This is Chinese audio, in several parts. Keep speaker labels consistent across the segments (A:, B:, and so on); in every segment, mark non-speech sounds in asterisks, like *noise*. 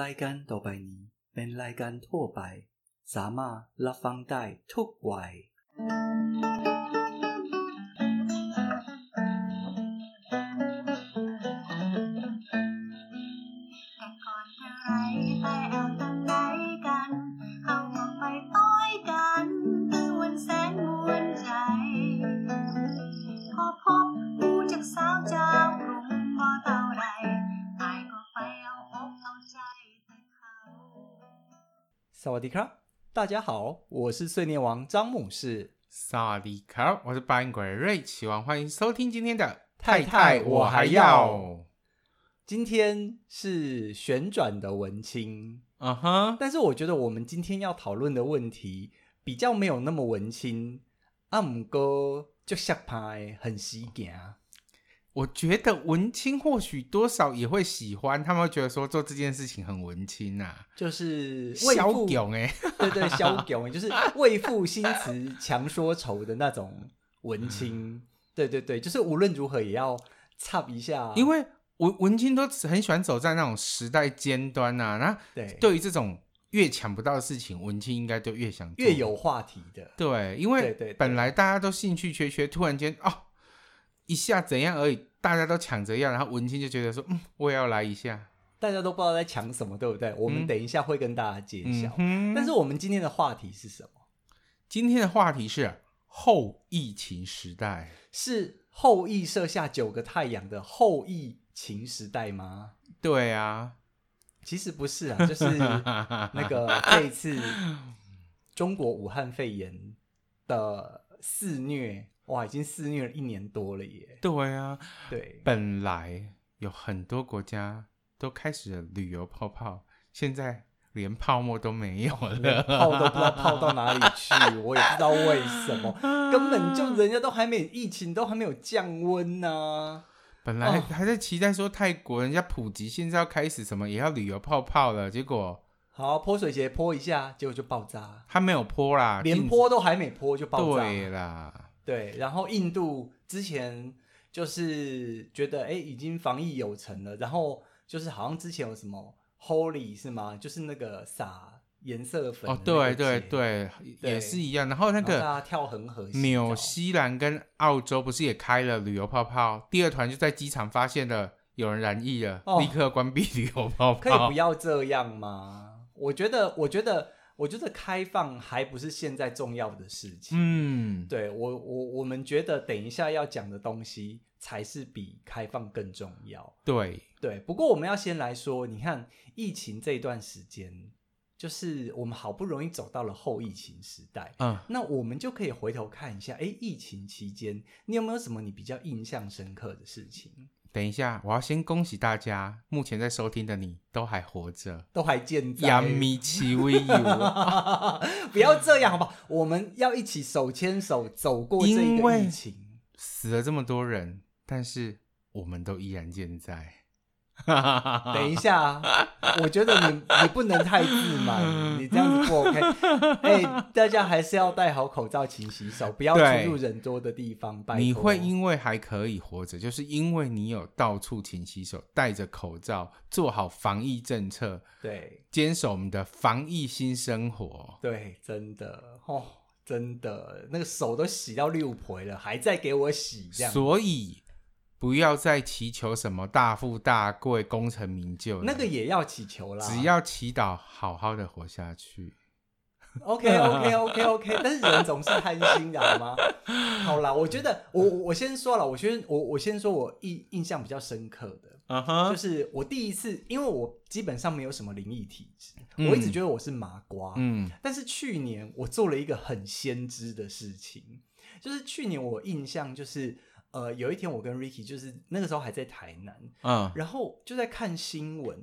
A: รายการต่อไปนี้เป็นรายการทั่วไป สามารถรับฟังได้ทุกวัย
B: แต่ก่อนจะไรแต่เอาตั้งไหนกัน เอาออกไปต้อยกันตื่นวันแสนมวนใจ พอพบผู้จากสาวเจ้ากรุงพอเท่าไรตายก็ไปเอาอกเอาใจแต่เขา
C: 萨瓦迪卡，大家好，我是碎念王张姆士。
D: 萨瓦迪卡，我是八音鬼瑞奇王，欢迎收听今天的
C: 太太我还要。今天是旋转的文青，
D: 嗯哼，
C: 但是我觉得我们今天要讨论的问题比较没有那么文青。阿姆哥就下拍很喜感，
D: 我觉得文青或许多少也会喜欢，他们会觉得说做这件事情很文青啊，
C: 就是为
D: 小
C: 赋
D: 囧哎，
C: *laughs* 对对，萧囧，欸就是为赋新词强说愁的那种文
D: 嗯
C: 青。对对对，就是无论如何也要插一下，
D: 因为文文青都很喜欢走在那种时代尖端呐、啊，
C: 对
D: 那对于这种越抢不到的事情，文青应该就越想做
C: 越有话题的。
D: 对，因
C: 对
D: 为
C: 对对
D: 本来大家都兴趣缺缺，突然间哦，一下怎样而已，大家都抢着要，然后文青就觉得说，嗯，我也要来一下，
C: 大家都不知道在抢什么，对不对？我们
D: 嗯
C: 等一下会跟大家揭
D: 嗯
C: 晓。
D: 哼
C: 但是我们今天的话题是什么？
D: 今天的话题是后疫情时代，
C: 是后羿射下九个太阳的后羿秦时代吗？
D: 对啊，
C: 其实不是啊，
D: *laughs*
C: 就是 *laughs* 那个这一次中国武汉肺炎的肆虐，哇，已经肆虐了一年多了耶。
D: 对啊，
C: 对，
D: 本来有很多国家都开始了旅游泡泡，现在连泡沫都没有了，
C: 泡都不知道泡到哪里去，我也不知道为什 *laughs*
D: *laughs*
C: 么，根本就人家都还没疫情，都还没有降温呢、
D: 本来
C: 哦
D: 还在期待说泰国人家普及，现在要开始什么也要旅游泡泡了，结果
C: 好，泼水节泼一下，结果就爆炸，
D: 他没有泼啦，
C: 连
D: 啊禁止
C: 泼都还没泼就爆炸。
D: 对啦，
C: 对然后印度之前就是觉得哎、诶已经防疫有成了，然后就是好像之前有什么 Holy 是吗？就是那个撒颜色粉
D: 哦，
C: 的那个
D: 对对
C: 节，
D: 对，
C: 对
D: 也是一样。然后那
C: 然后
D: 个
C: 大家跳恒河洗
D: 纽
C: 澡
D: 西兰跟澳洲不是也开了旅游泡泡？第二团就在机场发现了有人染疫了，
C: 哦
D: 立刻关闭旅游泡
C: 可以
D: 泡
C: 不。要这样吗？我觉得，我觉得，我觉得开放还不是现在重要的事情。
D: 嗯，
C: 对我，我我们觉得等一下要讲的东西才是比开放更重要。
D: 对，
C: 对，不过我们要先来说，你看疫情这一段时间，就是我们好不容易走到了后疫情时代，
D: 嗯，
C: 那我们就可以回头看一下，哎，疫情期间你有没有什么你比较印象深刻的事情？
D: 等一下，我要先恭喜大家，目前在收听的你都还活着。
C: 都还健在。*laughs*
D: 亚米奇威有，啊
C: 不要这样好不好？我们要一起手牵手走 *laughs* 过这
D: 因
C: 个
D: 为
C: 疫情。
D: 死了这么多人，但是我们都依然健在。
C: *laughs*
D: 啊
C: 等一下，啊
D: *laughs*
C: 我觉得你你不能太自
D: 嗯
C: 满，你这样子不
D: *laughs*
C: OK。哎、大家还是要戴好口罩、勤洗手，不要
D: 对
C: 出入人多的地方。拜托
D: 你会因为还可以活着，就是因为你有到处勤洗手、戴着口罩、做好防疫政策，
C: 对
D: 坚守我们的防疫新生活。
C: 对，真的哦，真的，那个手都洗到六婆了，还在给我洗这样。
D: 所以不要再祈求什么大富大贵、功成名就了，
C: 那个也要祈求啦，
D: 只要祈祷好好的活下去。
C: OK OK OK OK，但是人总是贪心的
D: *laughs*
C: 好吗？好啦，我觉得我我我先说了，我先我我先说我印印象比较深刻的，
D: 嗯哼
C: 就是我第一次，因为我基本上没有什么灵异体质，
D: 嗯
C: 我一直觉得我是麻瓜，
D: 嗯，
C: 但是去年我做了一个很先知的事情，就是去年我印象就是呃有一天我跟 Ricky 就是那个时候还在台南，
D: 嗯
C: 然后就在看新闻。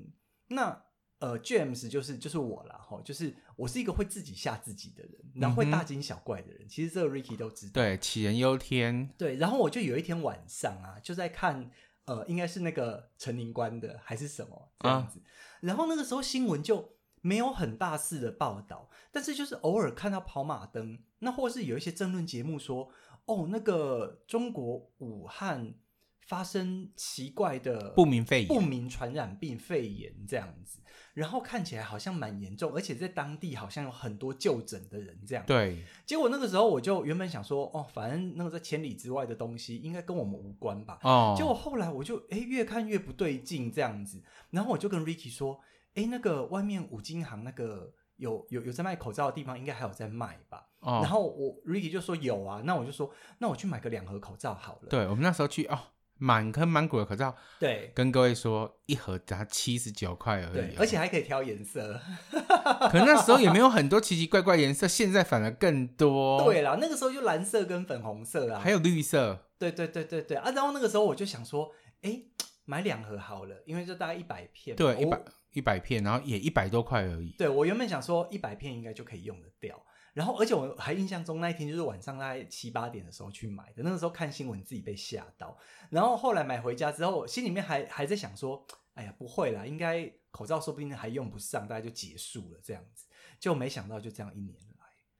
C: 那呃，James 就是就是我啦，哈，就是我是一个会自己吓自己的人，然
D: 嗯
C: 后会大惊小怪的人。其实这个 Ricky 都知道。
D: 对，杞人忧天。
C: 对，然后我就有一天晚上啊，就在看呃，应该是那个陈宁官的还是什么这
D: 啊
C: 样子。然后那个时候新闻就没有很大肆的报道，但是就是偶尔看到跑马灯，那或是有一些争论节目说，哦，那个中国武汉发生奇怪的
D: 不明肺
C: 不
D: 炎，
C: 明传染病肺炎这样子，然后看起来好像蛮严重，而且在当地好像有很多就诊的人这样。，
D: 对，
C: 结果那个时候我就原本想说，哦，反正那个在千里之外的东西应该跟我们无关吧。
D: 哦，
C: 结果后来我就哎、诶越看越不对劲这样子，然后我就跟 Ricky 说，哎、那个外面五金行那个有有有在卖口罩的地方，应该还有在卖吧？
D: 哦，
C: 然后我 Ricky 就说有啊，那我就说那我去买个两盒口罩好了。
D: 对我们那时候去哦，满坑满谷的口罩，
C: 对
D: 跟各位说，一盒只要七十九块而
C: 对
D: 已哦，，
C: 而且还可以挑颜色。
D: *laughs* 可那时候也没有很多奇奇怪怪颜色，现在反而更多，
C: 对，啦，那个时候就蓝色跟粉红色啊，
D: 哦还有绿色，
C: 对对对对对啊，然后那个时候我就想说，哎，买两盒好了，因为就大概一百片嘛，
D: 对，一
C: 我
D: 百一百片，然后也一百多块而已，
C: 哦对我原本想说一百片应该就可以用得掉，然后而且我还印象中那一天就是晚上大概七八点的时候去买的，那个时候看新闻自己被吓到，然后后来买回家之后，我心里面还还在想说，哎呀不会啦，应该口罩说不定还用不上，大概就结束了这样子，就没想到就这样一年来，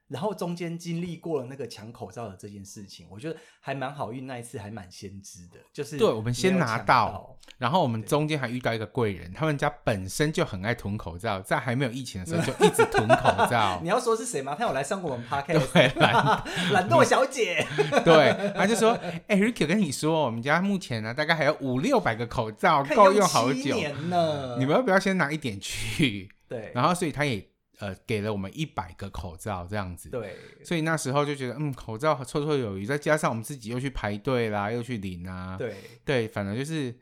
C: 然后中间经历过了那个抢口罩的这件事情，我觉得还蛮好运，那一次还蛮先知的，就是
D: 对我们
C: 没
D: 先
C: 有
D: 拿
C: 抢
D: 到
C: 到
D: 然后我们中间还遇到一个贵人，他们家本身就很爱囤口罩，在还没有疫情的时候就一直囤口
C: *laughs*
D: 罩
C: 你。要说是谁吗？他有来上过我们 podcast，
D: *laughs* 对懒
C: *laughs* 懒惰小姐。
D: 对，他就说：“哎、r i c k y 跟你说，我们家目前呢、大概还有五六百个口罩，
C: 可以
D: 够用
C: 用
D: 好
C: 七
D: 久。
C: 年呢。
D: *laughs* 你们要不要先拿一点去？
C: 对，
D: 然后，所以他也呃给了我们一百个口罩这样子。，
C: 对
D: 所以那时候就觉得，嗯，口罩绰绰有余，再加上我们自己又去排队啦，又去领啊， *laughs*
C: 对
D: 对，反正就是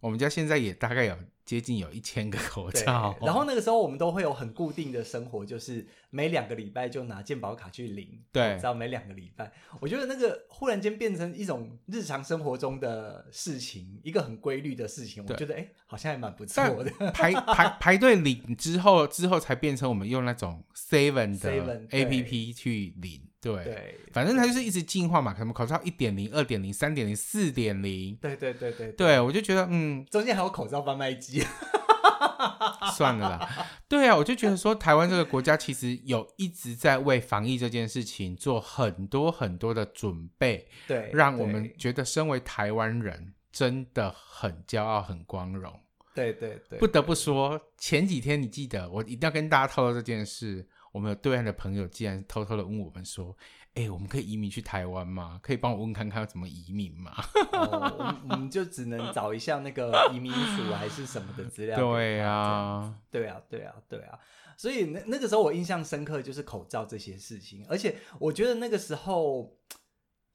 D: 我们家现在也大概有接近有一千个口
C: 对，
D: 罩。
C: 然后那个时候我们都会有很固定的生活，就是每两个礼拜就拿健保卡去领，
D: 对
C: 知道每两个礼拜，我觉得那个忽然间变成一种日常生活中的事情，一个很规律的事情，我
D: 对
C: 觉得哎，好像还蛮不错
D: 但
C: 的。
D: 排排排队领之后，之后才变成我们用那种 Seven 的
C: Seven，对
D: A P P 去领，对，
C: 对，
D: 反正它就是一直进化嘛，可能口罩一点零、二点零、三点零、四点零，
C: 对对对对对，
D: 对我就觉得嗯，
C: 中间还有口罩贩卖机，
D: *laughs* 算了啦，对啊，我就觉得说台湾这个国家其实有一直在为防疫这件事情做很多很多的准备，
C: 对，
D: 让我
C: 对
D: 们觉得身为台湾人真的很骄傲、很光荣。
C: 对对对
D: 不得不说，前几天你记得，我一定要跟大家透露这件事。我们有对岸的朋友竟然偷偷的问我们说：“哎、我们可以移民去台湾吗？可以帮我问看看要怎么移民吗
C: 哦我们我们就只能找一下那个移民署还是什么的资？”料给他。
D: 对
C: 这样
D: 啊，
C: 对啊，对啊，对啊，所以那那个时候我印象深刻就是口罩这些事情，而且我觉得那个时候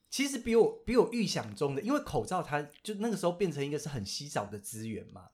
C: 其实比我比我预想中的，因为口罩它就那个时候变成一个是很稀少的资源嘛。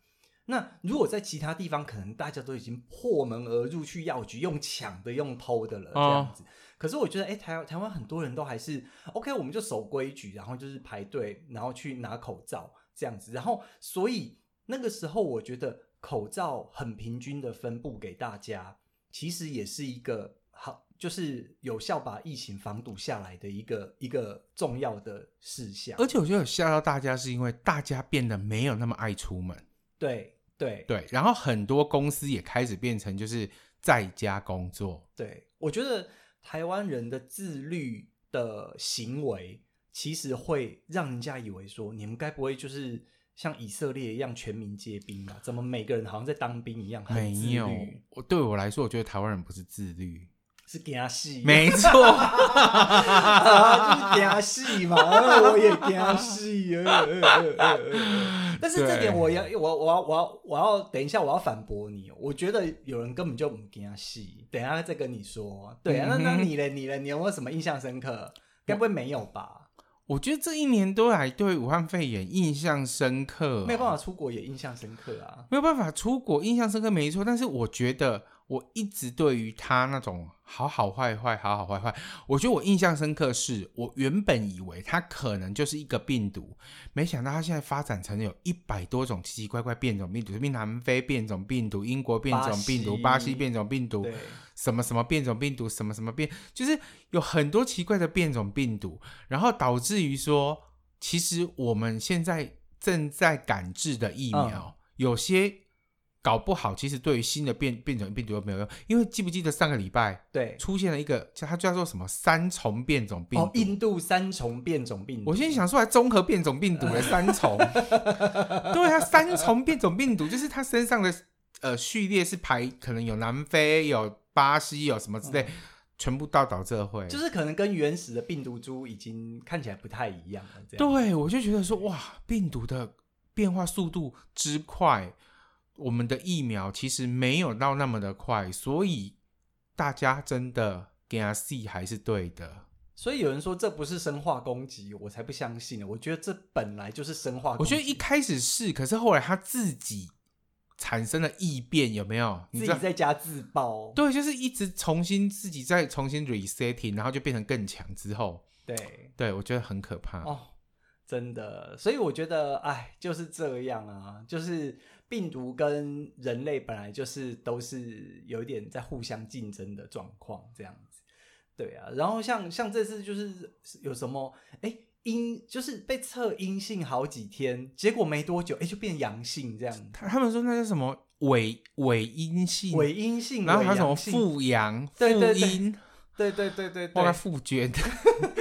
C: 那如果在其他地方，可能大家都已经破门而入去药局用抢的、用偷的了这样子。可是我觉得，哎、台台湾很多人都还是 OK，我们就守规矩，然后就是排队，然后去拿口罩这样子。然后，所以那个时候我觉得口罩很平均的分布给大家，其实也是一个好，就是有效把疫情防堵下来的一个一个重要的事项。
D: 而且我觉得有吓到大家，是因为大家变得没有那么爱出门，
C: 对对
D: 对，然后很多公司也开始变成就是在家工作，
C: 对，我觉得台湾人的自律的行为，其实会让人家以为说，你们该不会就是像以色列一样全民皆兵吧？怎么每个人好像在当兵一样，很
D: 没
C: 自
D: 有
C: 律，。
D: 我对我来说，我觉得台湾人不是自律，
C: 是给他戏，
D: 没
C: *laughs*
D: 错。
C: 啊，就是惊戏嘛，呃我也惊戏。呃呃呃呃呃但是这点我要，我我要我要我要等一下，我要反驳你。我觉得有人根本就不惊戏，等一下再跟你说。对啊，那
D: 嗯哼
C: 那你嘞，你嘞，你有没有什么印象深刻？该不会没有吧？
D: 我觉得这一年多来对武汉肺炎印象深刻、
C: 没有办法，出国也印象深刻啊。
D: 没有办法出国，印象深刻没错。但是我觉得我一直对于他那种好好坏坏、好好坏坏，我觉得我印象深刻是我原本以为它可能就是一个病毒，没想到它现在发展成有一百多种奇奇怪怪变种病毒，什么南非变种病毒、英国变种病毒、
C: 巴西
D: 巴西变种病毒
C: 对，
D: 什么什么变种病毒，什么什么变，就是有很多奇怪的变种病毒，然后导致于说，
C: 嗯
D: 其实我们现在正在赶制的疫苗，有些搞不好其实对于新的变变种病毒都没有用，因为记不记得上个礼拜
C: 对，
D: 出现了一个叫它叫做什么三重变种病毒？
C: 哦，印度三重变种病毒，
D: 我现在想说，还综合变种病毒
C: *laughs*
D: 的三重，对啊，三重变种病毒就是它身上的呃序列是排，可能有南非、有巴西、有什么之类，全部到导这会，
C: 嗯就是可能跟原始的病毒株已经看起来不太一样了，这样
D: 对我就觉得说哇，病毒的变化速度之快，我们的疫苗其实没有到那么的快，所以大家真的给他 C 还是对的。
C: 所以有人说这不是生化攻击，我才不相信呢。我觉得这本来就是生化
D: 我
C: 攻击。
D: 觉得一开始是，可是后来他自己产生了异变，有没有？你
C: 自
D: 知
C: 己
D: 道？
C: 在家自爆，哦
D: 对，就是一直重新自己再重新 resetting，然后就变成更强之后，
C: 对
D: 对我觉得很可怕。
C: 哦，真的。所以我觉得，哎，就是这样啊，就是病毒跟人类本来就是都是有一点在互相竞争的状况，这样子。对啊，然后像像这次就是有什么哎阴，就是被测阴性好几天，结果没多久哎就变阳性这样，
D: 他他们说那叫什么伪伪阴性，
C: 伪阴性，
D: 然后还有什么
C: 伪阳性
D: 复阳、复
C: 对对对
D: 阴，
C: 对对对对
D: 后
C: 对
D: 来，复捐，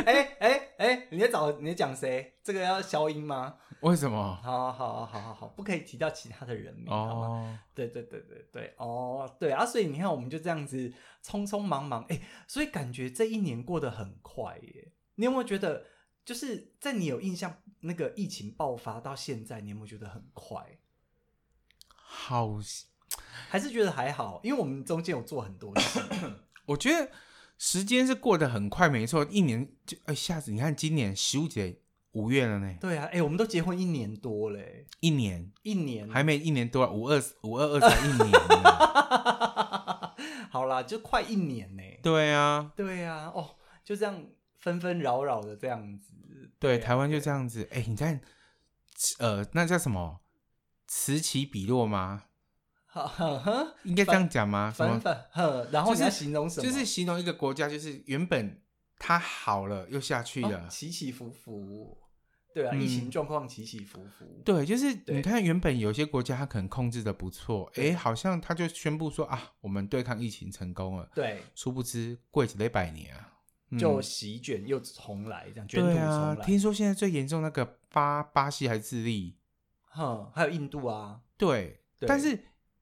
C: 哎哎哎，你在找你在讲谁？这个要消音吗？
D: 为
C: *laughs*
D: 什么？哦
C: 好好好好好好，不可以提到其他的人名，好吗？
D: 哦，
C: 对对对对对，哦，对啊，所以你看，我们就这样子匆匆忙忙，哎，所以感觉这一年过得很快耶。你有没有觉得，就是在你有印象那个疫情爆发到现在，你有没有觉得很快？
D: 好，
C: 还是觉得还好？因为我们中间有做很多事，
D: 我觉得时间是过得很快，没错，一年就哎一下子，你看今年十五节五月了呢，
C: 对啊，哎，我们都结婚一年多嘞，
D: 一年
C: 一年
D: 还没一年多，啊五二五二二才一年
C: *laughs*
D: 呢，
C: 好啦，就快一年呢。
D: 对啊，
C: 对啊，哦，就这样纷纷扰扰的这样子。
D: 对，
C: 啊
D: 台湾就这样子。哎、你看，呃，那叫什么？此起彼落吗？
C: *laughs* 呵呵呵，
D: 应该这样讲吗？啊什么
C: 反？反呵，然后
D: 就是
C: 你要形容什么？
D: 就是形容一个国家，就是原本它好了又下去了。
C: 哦起起伏伏。对啊，
D: 嗯
C: 疫情状况起起伏伏。
D: 对，就是
C: 对
D: 你看，原本有些国家它可能控制的不错，哎、
C: 对
D: 好像他就宣布说啊，我们对抗疫情成功了。
C: 对，
D: 殊不知，过几了一百年啊，嗯
C: 就席卷又重来，这样卷土
D: 对
C: 重
D: 啊。
C: 来。
D: 听说现在最严重那个巴巴西还是智利，
C: 哼，还有印度啊，
D: 对，
C: 对
D: 但是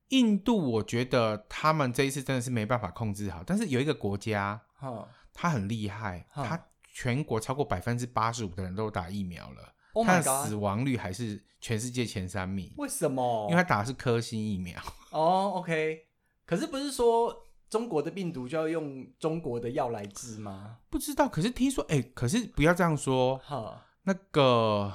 D: 印度我觉得他们这一次真的是没办法控制好，但是有一个国家
C: 哼
D: 它很厉害，
C: 哈
D: 它全国超过百分之八十五的人都打疫苗了，
C: ，Oh
D: 它
C: my
D: 的死
C: god，
D: 亡率还是全世界前三名，
C: 为什么？
D: 因为它打的是科兴疫苗。 *laughs*
C: 哦，OK，可是不是说中国的病毒就要用中国的药来治吗？
D: 不知道，可是听说，哎、可是不要这样说，
C: 哈，
D: 那个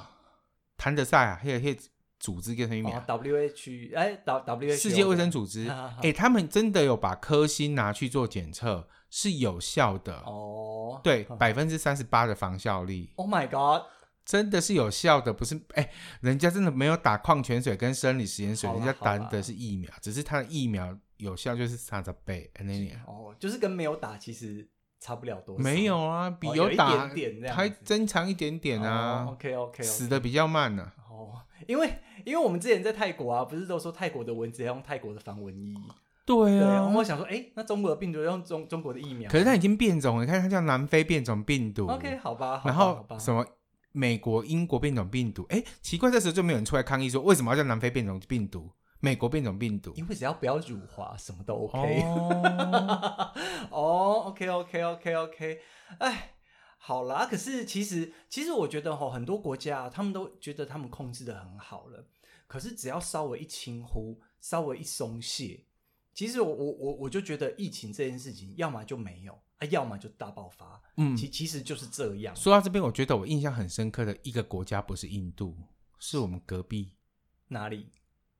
D: 谭德赛啊，还有些组织跟什么疫苗。
C: 哦，WHO，哎，W
D: 世界卫生组织，
C: 好好好
D: 哎、他们真的有把科兴拿去做检测，是有效的。
C: 哦，
D: 对，
C: 好
D: 百分之三十八的防效力，
C: ，Oh my God，
D: 真的是有效的，不是？哎、人家真的没有打矿泉水跟生理实验水，
C: 好啦
D: 人家打
C: 好啦
D: 的是疫苗，只是它的疫苗有效就是三十倍，哎那年
C: 哦，就是跟没有打其实差不了多少，
D: 没有啊，比
C: 哦有一
D: 打
C: 点点这样子
D: 还增长一点点啊，
C: OK OK，
D: 死的比较慢呢、啊。
C: 哦，因为因为我们之前在泰国啊，不是都说泰国的蚊子要用泰国的防蚊衣，
D: 对
C: 对啊，然
D: 啊
C: 后，我想说，哎，那中国的病毒要用中中国的疫苗，
D: 可是它已经变种了，你看它叫南非变种病毒
C: OK 好吧，好吧
D: 然
C: 好
D: 后
C: 吧
D: 什么美国、英国变种病毒，哎、奇怪，这时候就没有人出来抗议说为什么要叫南非变种病毒、美国变种病毒。
C: 因为只要不要辱华，什么都 OK。*laughs*
D: *laughs* 哦，
C: 哦，OK OK OK OK，哎，好啦，可是其实其实我觉得哈，很多国家啊他们都觉得他们控制的很好了，可是只要稍微一轻忽，稍微一松懈，其实我我我我就觉得疫情这件事情，要么就没有啊，要么就大爆发，
D: 嗯，
C: 其其实就是这样。
D: 说到这边，我觉得我印象很深刻的一个国家不是印度，是我们隔壁
C: 哪里？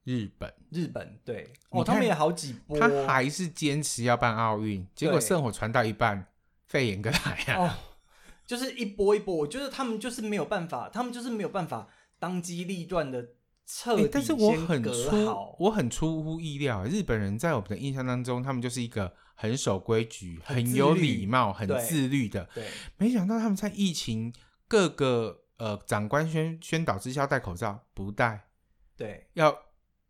D: 日本，
C: 日本对，
D: 你
C: 哦，他
D: 看
C: 们也好几波，哦
D: 他还是坚持要办奥运，结果
C: 对
D: 圣火传到一半，肺炎跟
C: *laughs*
D: 来啊。
C: 哦，就是一波一波，我觉得他们就是没有办法，他们就是没有办法当机立断的彻底、
D: 欸
C: 先
D: 但是我很
C: 隔
D: 出
C: 好，
D: 我很出乎意料，啊日本人在我们的印象当中，他们就是一个很守规矩、
C: 很
D: 很
C: 自
D: 有
C: 律
D: 礼貌、很
C: 对
D: 自律的。
C: 对
D: 没想到他们在疫情各个呃长官宣宣导之下戴口罩不戴，
C: 对
D: 要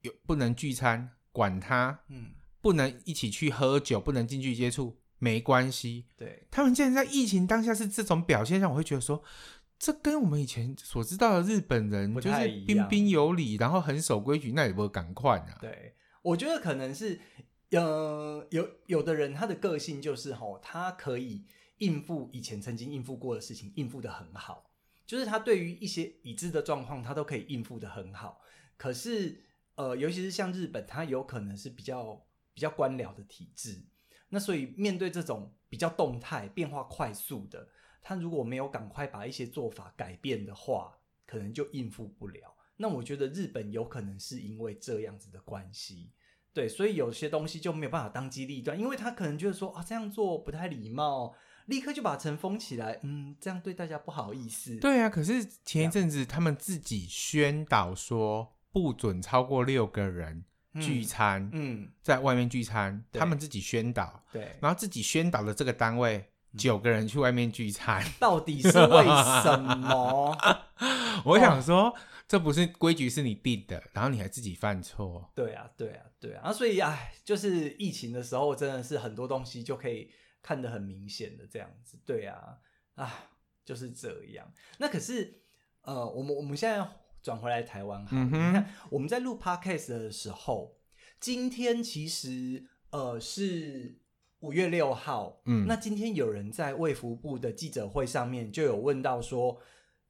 D: 有不能聚餐，管他，
C: 嗯，
D: 不能一起去喝酒，不能近距离接触，没关系。
C: 对，
D: 他们竟然在疫情当下是这种表现，让我会觉得说，这跟我们以前所知道的日本人
C: 不
D: 就
C: 太
D: 是
C: 一
D: 彬
C: 样
D: 彬有礼，然后很守规矩，那也不赶快啊。
C: 对，我觉得可能是，呃，有有的人他的个性就是吼，他可以应付以前曾经应付过的事情，应付的很好，就是他对于一些已知的状况，他都可以应付的很好。可是，呃，尤其是像日本，它有可能是比较比较官僚的体制，那所以面对这种比较动态、变化快速的，他如果没有赶快把一些做法改变的话，可能就应付不了。那我觉得日本有可能是因为这样子的关系，对，所以有些东西就没有办法当机立断，因为他可能觉得说啊这样做不太礼貌，立刻就把城封起来，嗯，这样对大家不好意思。
D: 对啊，可是前一阵子他们自己宣导说不准超过六个人
C: 嗯
D: 聚餐，
C: 嗯，
D: 在外面聚餐，
C: 对
D: 他们自己宣导，
C: 对，
D: 然后自己宣导的这个单位
C: 嗯
D: 九个人去外面聚餐，
C: 到底是为什么？
D: *laughs* 我
C: 哦
D: 想说这不是规矩是你定的，然后你还自己犯错，
C: 对啊，对啊，对啊，啊所以哎，就是疫情的时候，真的是很多东西就可以看得很明显的这样子。对啊，啊，就是这样。那可是，呃，我们我们现在转回来台湾好了，
D: 嗯哼
C: 你看我们在录 podcast 的时候，今天其实呃是五月六号，
D: 嗯
C: 那今天有人在卫福部的记者会上面就有问到说，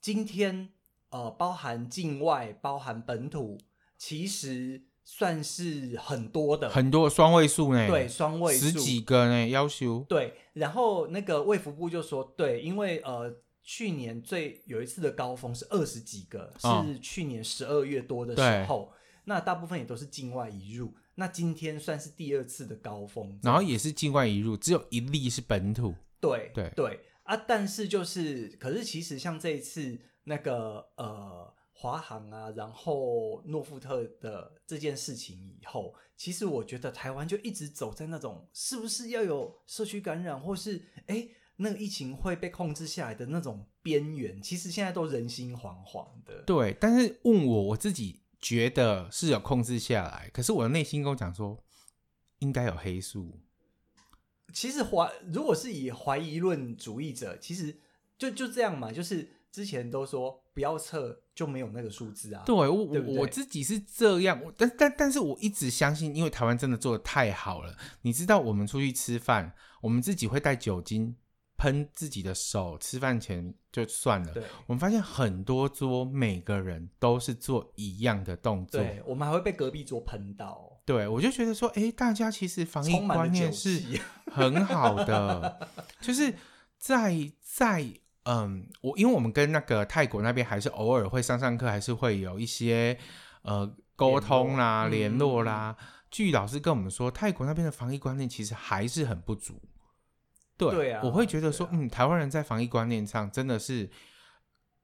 C: 今天呃包含境外、包含本土，其实算是很多的，
D: 很多双位数呢，
C: 呃对双位数
D: 十几个呢，要求，
C: 对，然后那个卫福部就说，对，因为呃，去年最有一次的高峰是二十几个，
D: 嗯
C: 是去年十二月多的
D: 对
C: 时候，那大部分也都是境外移入，那今天算是第二次的高峰，
D: 然后也是境外移入，只有一例是本土，
C: 对
D: 对
C: 对啊，但是就是，可是其实像这一次那个呃华航啊，然后诺富特的这件事情以后，其实我觉得台湾就一直走在那种是不是要有社区感染，或是哎。诶那个疫情会被控制下来的那种边缘，其实现在都人心惶惶的。
D: 对，但是问我我自己觉得是有控制下来，可是我的内心跟我讲说应该有黑数，
C: 其实怀如果是以怀疑论主义者，其实就就这样嘛，就是之前都说不要测就没有那个数字啊。
D: 对我我
C: 对不对
D: 我自己是这样，我但但但是我一直相信，因为台湾真的做的太好了。你知道，我们出去吃饭，我们自己会带酒精喷自己的手，吃饭前就算了。
C: 对，
D: 我们发现很多桌每个人都是做一样的动作，
C: 对，我们还会被隔壁桌喷到，
D: 对我就觉得说，哎，大家其实防疫
C: 充满
D: 观
C: 了酒
D: 念是
C: 气。啊
D: *laughs* 很好的，就是在在嗯，我因为我们跟那个泰国那边还是偶尔会上上课，还是会有一些呃沟通啦、
C: 联嗯
D: 联
C: 络
D: 络啦。据老师跟我们说，泰国那边的防疫观念其实还是很不足。对，
C: 对啊
D: 我会觉得说，
C: 对啊
D: 嗯，台湾人在防疫观念上真的是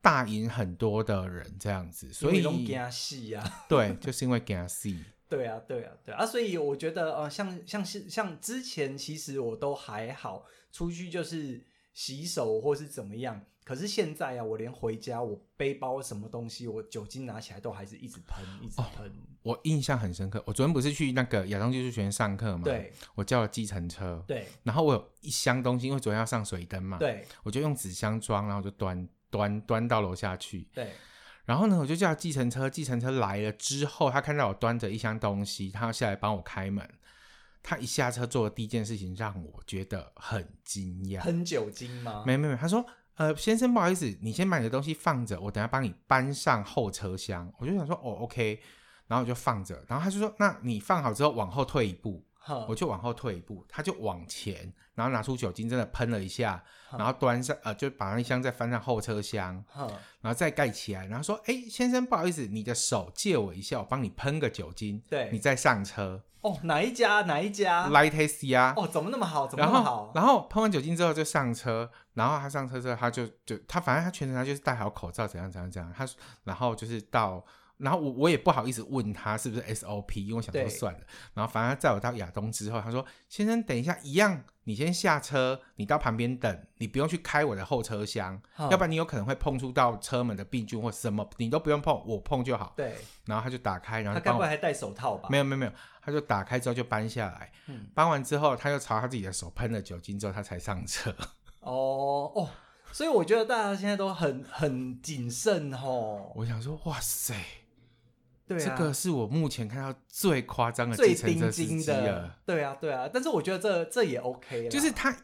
D: 大赢很多的人这样子，所以
C: 用加戏啊， *laughs*
D: 对，就是因为给他 C，
C: 对啊，对啊，对啊，啊所以我觉得呃，像像是像之前其实我都还好，出去就是洗手或是怎么样。可是现在啊，我连回家我背包什么东西，我酒精拿起来都还是一直喷，一
D: 哦
C: 直喷。
D: 我印象很深刻。我昨天不是去那个亚东技术学院上课吗？，
C: 对
D: 我叫了计程车，
C: 对
D: 然后我有一箱东西，因为昨天要上水灯嘛，，
C: 对
D: 我就用纸箱装，然后就端端端到楼下去。
C: 对，
D: 然后呢，我就叫计程车，计程车来了之后，他看到我端着一箱东西，他要下来帮我开门。他一下车做的第一件事情让我觉得很惊讶，
C: 喷酒精吗？
D: 没没没，他说。呃，先生，不好意思，你先把你的东西放着，我等下帮你搬上后车厢。我就想说，哦，OK，然后我就放着。然后他就说，那你放好之后往后退一步，
C: 哼
D: 我就往后退一步，他就往前，然后拿出酒精，真的喷了一下，
C: 哼
D: 然后端上呃，就把那箱再翻上后车厢，
C: 哼
D: 然后再盖起来，然后说：“哎，先生，不好意思，你的手借我一下，我帮你喷个酒精，
C: 对
D: 你再上车。
C: 哦，哪一家哪一家？
D: ”Light taste 呀，
C: 哦，怎么那么好？怎么
D: 然
C: 那么
D: 后
C: 好？
D: 然后喷完酒精之后就上车，然后他上车之后他就就他反正他全程他就是戴好口罩，怎样怎样怎样，他然后就是到。然后我我也不好意思问他是不是 SOP，因为我想说
C: 对
D: 算了。然后反正他载我到亚东之后，他说：“先生，等一下，一样，你先下车，你到旁边等，你不用去开我的后车厢，
C: 哼
D: 要不然你有可能会碰触到车门的病菌或什么，你都不用碰，我碰就好。
C: 对，”
D: 然后他就打开，然
C: 他
D: 后就
C: 该
D: 帮
C: 不会
D: 我
C: 还戴手套吧？
D: 没有没有没有，他他就打开之后就搬下来，
C: 嗯
D: 搬完之后他就朝他自己的手喷了酒精之后，他才上车。 *laughs*
C: 哦哦，所以我觉得大家现在都很很谨慎哦。
D: 我想说，哇塞，
C: 对
D: 这
C: 啊，
D: 个是我目前看到最夸张的
C: 最
D: 计程车
C: 钉
D: 司
C: 钉
D: 机
C: 的
D: 了，，
C: 对啊对啊。但是我觉得这这也 OK 啦
D: 就是他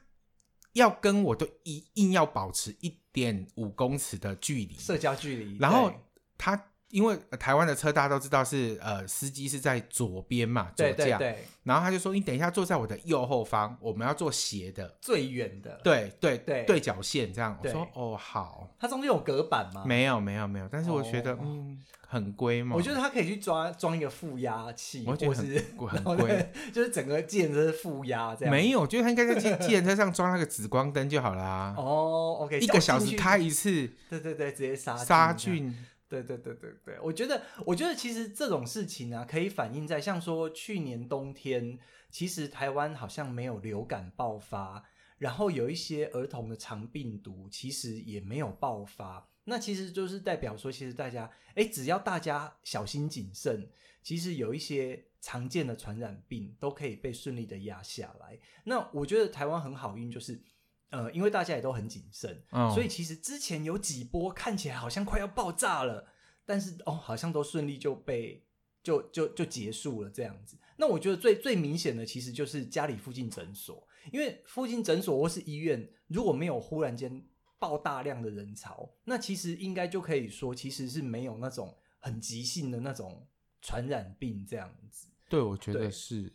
D: 要跟我都一硬要保持一点五公尺的距离，
C: 社交距离，
D: 然后
C: 对
D: 他。因为呃台湾的车大家都知道是呃司机是在左边嘛，左
C: 对
D: 驾，
C: 对对，
D: 然后他就说：“你等一下坐在我的右后方，我们要坐斜的，
C: 最远的，，
D: 对对
C: 对
D: 对角线这样。”我
C: 对
D: 说：“哦，好，
C: 它中间有隔板吗？
D: 没有没有没有。”但是我觉得、
C: 啊哦
D: 嗯很龟毛，
C: 我觉得他可以去抓装一个负压器，
D: 我觉
C: 或
D: 得
C: 是
D: 很贵很
C: 然后
D: 贵
C: 对就是整个建设负压这样。
D: 没有，我觉得他应该
C: *laughs*
D: 在计计程车上装那个紫光灯就好啦。
C: 哦，OK，
D: 一
C: 照
D: 个小
C: 进
D: 时
C: 去
D: 开，一次
C: 对对对，直接杀
D: 杀
C: 菌这样。
D: 菌，
C: 对对对对对，我觉得我觉得其实这种事情啊，可以反映在像说去年冬天，其实台湾好像没有流感爆发，然后有一些儿童的肠病毒其实也没有爆发。那其实就是代表说，其实大家哎，只要大家小心谨慎，其实有一些常见的传染病都可以被顺利的压下来。那我觉得台湾很好运，就是呃，因为大家也都很谨慎，
D: 嗯，
C: 所以其实之前有几波看起来好像快要爆炸了，但是哦，好像都顺利就被就就就结束了这样子。那我觉得最最明显的其实就是家里附近诊所，因为附近诊所或是医院如果没有忽然间爆大量的人潮，那其实应该就可以说其实是没有那种很急性的那种传染病这样子。
D: 对，我觉
C: 对
D: 得是。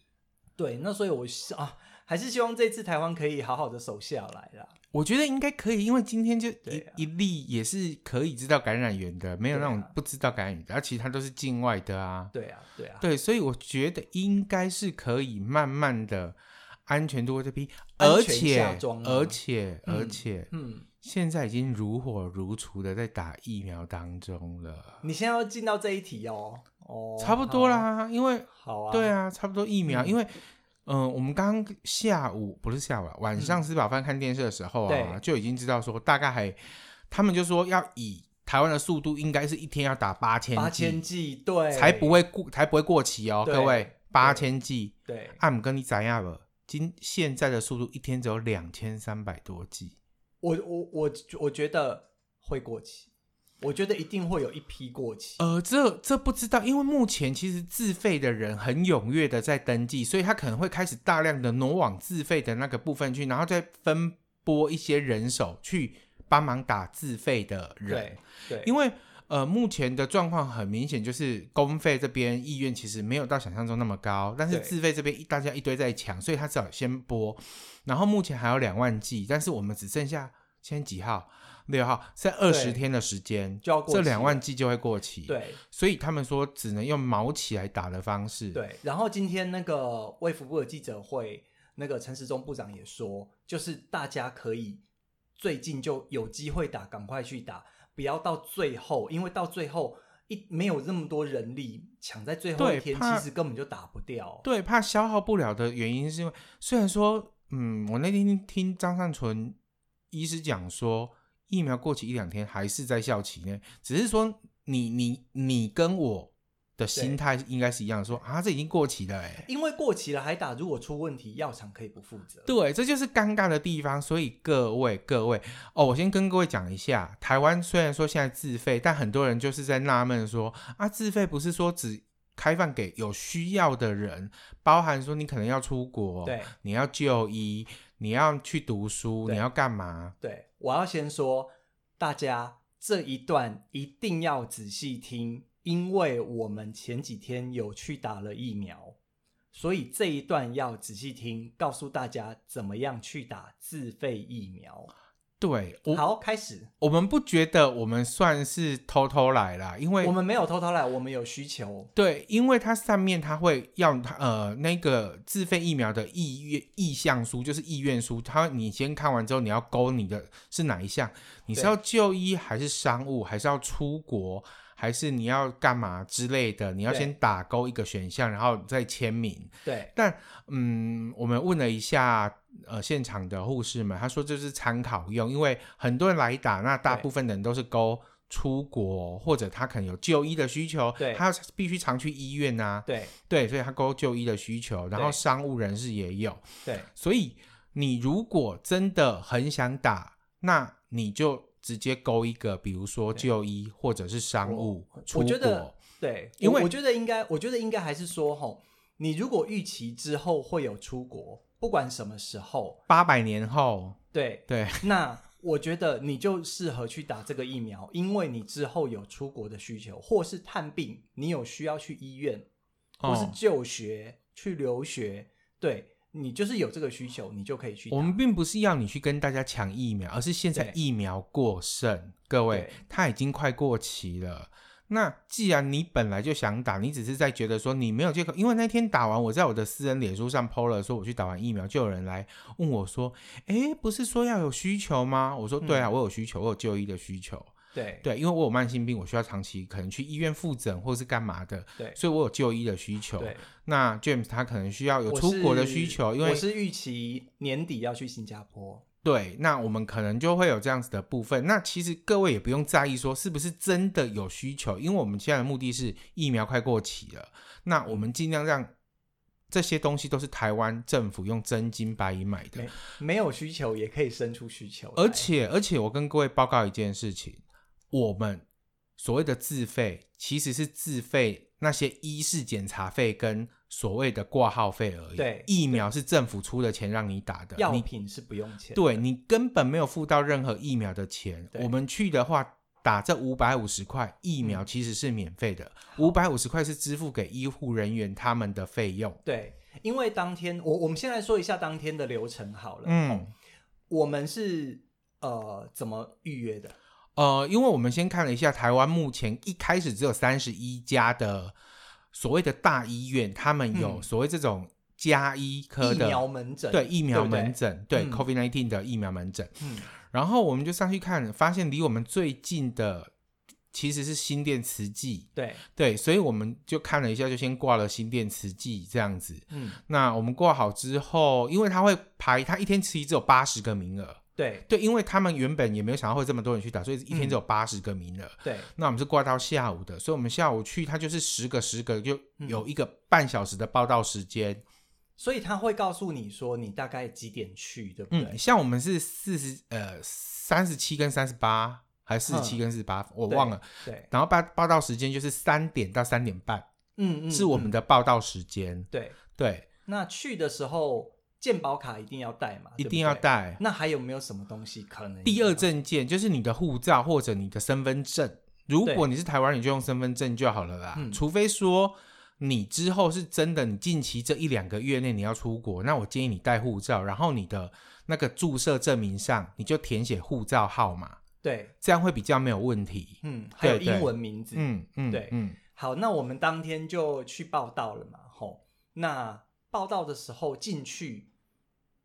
C: 对，那所以我是啊，还是希望这次台湾可以好好的守下来啦。
D: 我觉得应该可以，因为今天就一、
C: 对啊
D: 一例也是可以知道感染源的，没有那种
C: 对啊
D: 不知道感染源的，而、其他都是境外的啊。
C: 对啊，对啊，
D: 对，所以我觉得应该是可以慢慢的安全度过这批，
C: 安
D: 而
C: 全下
D: 且
C: 装吗
D: 而且
C: 嗯
D: 而且、
C: 嗯。
D: 现在已经如火如荼的在打疫苗当中了，
C: 你现在要进到这一题哦，哦，
D: 差不多啦，因为
C: 好啊，好啊，
D: 对，啊，差不多疫苗，
C: 嗯
D: 因为。嗯，我们刚刚下午不是下午啊，晚上吃饱饭看电视的时候啊，
C: 嗯对
D: 就已经知道说大概还，他们就说要以台湾的速度，应该是一天要打八千
C: 八千剂，对，
D: 才不会过，才不会过期哦，
C: 对
D: 各位八千剂，
C: 对，
D: 阿姆跟你怎样了？今现在的速度一天只有两千三百多剂，
C: 我我我我觉得会过期，我觉得一定会有一批过期，
D: 呃，这这不知道，因为目前其实自费的人很踊跃的在登记，所以他可能会开始大量的挪往自费的那个部分去，然后再分拨一些人手去帮忙打自费的人
C: 对，对，
D: 因
C: 为
D: 为。呃，目前的状况很明显，就是公费这边意愿其实没有到想象中那么高，但是
C: 对
D: 自费这边一大家一堆在抢，所以他只好先播。然后目前还有两万剂，但是我们只剩下现在几号？六号，剩二
C: 对
D: 十天的时间，
C: 就要过期
D: 这
C: 了
D: 两万剂就会过期。，
C: 对
D: 所以他们说只能用毛起来打的方式。，
C: 对，然后今天那个卫福部的记者会，那个陈时中部长也说，就是大家可以最近就有机会打，赶快去打，不要到最后，因为到最后。一没有那么多人力抢在最后一
D: 对
C: 天，
D: 怕
C: 其实根本就打不掉。
D: 对，怕消耗不了的原因是因为，虽然说，嗯，我那天听张善存医师讲说，疫苗过期一两天还是在效期内，只是说你你你跟我的心态应该是一样，说啊，这已经过期了、欸，哎，
C: 因为过期了还打，如果出问题，药厂可以不负责。
D: 对，这就是尴尬的地方。所以各位各位哦，我先跟各位讲一下，台湾虽然说现在自费，但很多人就是在纳闷说啊，自费不是说只开放给有需要的人，包含说你可能要出国，
C: 对
D: 你要就医，你要去读书，
C: 对
D: 你要干嘛？
C: 对，我要先说，大家这一段一定要仔细听，因为我们前几天有去打了疫苗，所以这一段要仔细听，告诉大家怎么样去打自费疫苗。
D: 对，我
C: 好，开始。
D: 我们不觉得我们算是偷偷来啦，因为
C: 我们没有偷偷来，我们有需求。
D: 对，因为它上面它会要它呃那个自费疫苗的意愿意向书，就是意愿书，它你先看完之后，你要勾你的是哪一项，你是
C: 对
D: 要就医还是商务，还是要出国，还是你要干嘛之类的，你要
C: 对
D: 先打勾一个选项，然后再签名。
C: 对
D: 但嗯，我们问了一下呃现场的护士们，他说这是参考用，因为很多人来打，那大
C: 对
D: 部分人都是勾出国，或者他可能有就医的需求，
C: 对
D: 他必须常去医院啊，
C: 对
D: 对，所以他勾就医的需求，然后
C: 对
D: 商务人士也有，
C: 对，
D: 所以你如果真的很想打，那你就直接勾一个，比如说
C: 对
D: 就医或者是商务出
C: 我觉得
D: 国，
C: 对，
D: 因
C: 我
D: 为
C: 我觉得应该，我觉得应该还是说，吼，你如果预期之后会有出国，不管什么时候，
D: 八百年后，
C: 对，
D: 对 *laughs*
C: 那我觉得你就适合去打这个疫苗，因为你之后有出国的需求，或是探病，你有需要去医院，或是
D: 哦
C: 就学、去留学，对你就是有这个需求，你就可以去打。
D: 我们并不是要你去跟大家抢疫苗，而是现在
C: 对
D: 疫苗过剩，各位
C: 对，
D: 它已经快过期了。那既然你本来就想打，你只是在觉得说你没有借口，因为那天打完，我在我的私人脸书上 PO 了说我去打完疫苗，就有人来问我说：“诶，不是说要有需求吗？”我说：“对啊，
C: 嗯
D: 我有需求，我有就医的需求。
C: 对
D: 对，因为我有慢性病，我需要长期可能去医院复诊或是干嘛的，
C: 对
D: 所以我有就医的需求。
C: 对，
D: 那 James 他可能需要有
C: 我
D: 出国的
C: 是
D: 需求，因为
C: 我是预期年底要去新加坡。
D: 对，那我们可能就会有这样子的部分。那其实各位也不用在意说是不是真的有需求，因为我们现在的目的是疫苗快过期了，那我们尽量让这些东西都是台湾政府用真金白银买的
C: 没。没有需求也可以生出需求来，
D: 而且，而且我跟各位报告一件事情，我们所谓的自费其实是自费那些医事检查费跟所谓的挂号费而已。
C: 对
D: 疫苗是政府出的钱让你打的，
C: 药
D: 你
C: 品是不用钱。
D: 对你根本没有付到任何疫苗的钱。
C: 对
D: 我们去的话，打这五百五十块疫
C: 嗯
D: 苗其实是免费的，五百五十块是支付给医护人员他们的费用。
C: 对，因为当天我我们先来说一下当天的流程好了。
D: 嗯，
C: 我们是呃怎么预约的？
D: 呃，因为我们先看了一下台湾目前一开始只有三十一家的所谓的大医院，他们有
C: 嗯
D: 所谓这种加医科
C: 疫
D: 的
C: 苗门诊，
D: 对疫苗
C: 不对
D: 门，诊，对
C: 嗯
D: COVID nineteen 的疫苗门诊。
C: 嗯，
D: 然后我们就上去看，发现离我们最近的其实是新店慈济。
C: 对，
D: 对，所以我们就看了一下，就先挂了心电磁剂这样子。
C: 嗯，
D: 那我们挂好之后，因为他会排，他一天其实只有八十个名额。
C: 对
D: 对，因为他们原本也没有想到会这么多人去打，所以
C: 嗯
D: 一天只有八十个名额。
C: 对
D: 那我们是挂到下午的，所以我们下午去，他就是十个十个，就
C: 嗯
D: 有一个半小时的报到时间。
C: 所以他会告诉你说你大概几点去，对不对？
D: 嗯，像我们是四十呃三十七跟三十八，还是四十七
C: 嗯
D: 跟四十八，我
C: 对
D: 忘了。
C: 对，
D: 然后报报到时间就是三点到三点半，
C: 嗯嗯，
D: 是我们
C: 嗯
D: 的报到时间。
C: 对。
D: 对，
C: 那去的时候，健保卡一定要带嘛，
D: 一
C: 对不
D: 定要
C: 对。
D: 带。
C: 那还有没有什么东西可能
D: 第二
C: 要
D: 证件就是你的护照或者你的身份证。如果
C: 对
D: 你是台湾人，你就用身份证就好了啦。
C: 嗯
D: 除非说你之后是真的，你近期这一两个月内你要出国，那我建议你带护照，然后你的那个注射证明上你就填写护照号码，
C: 对，
D: 这样会比较没有问题。
C: 嗯，还有
D: 对对
C: 英文名字，
D: 嗯嗯，
C: 对
D: 嗯，
C: 好，那我们当天就去报道了嘛，吼。那报道的时候进去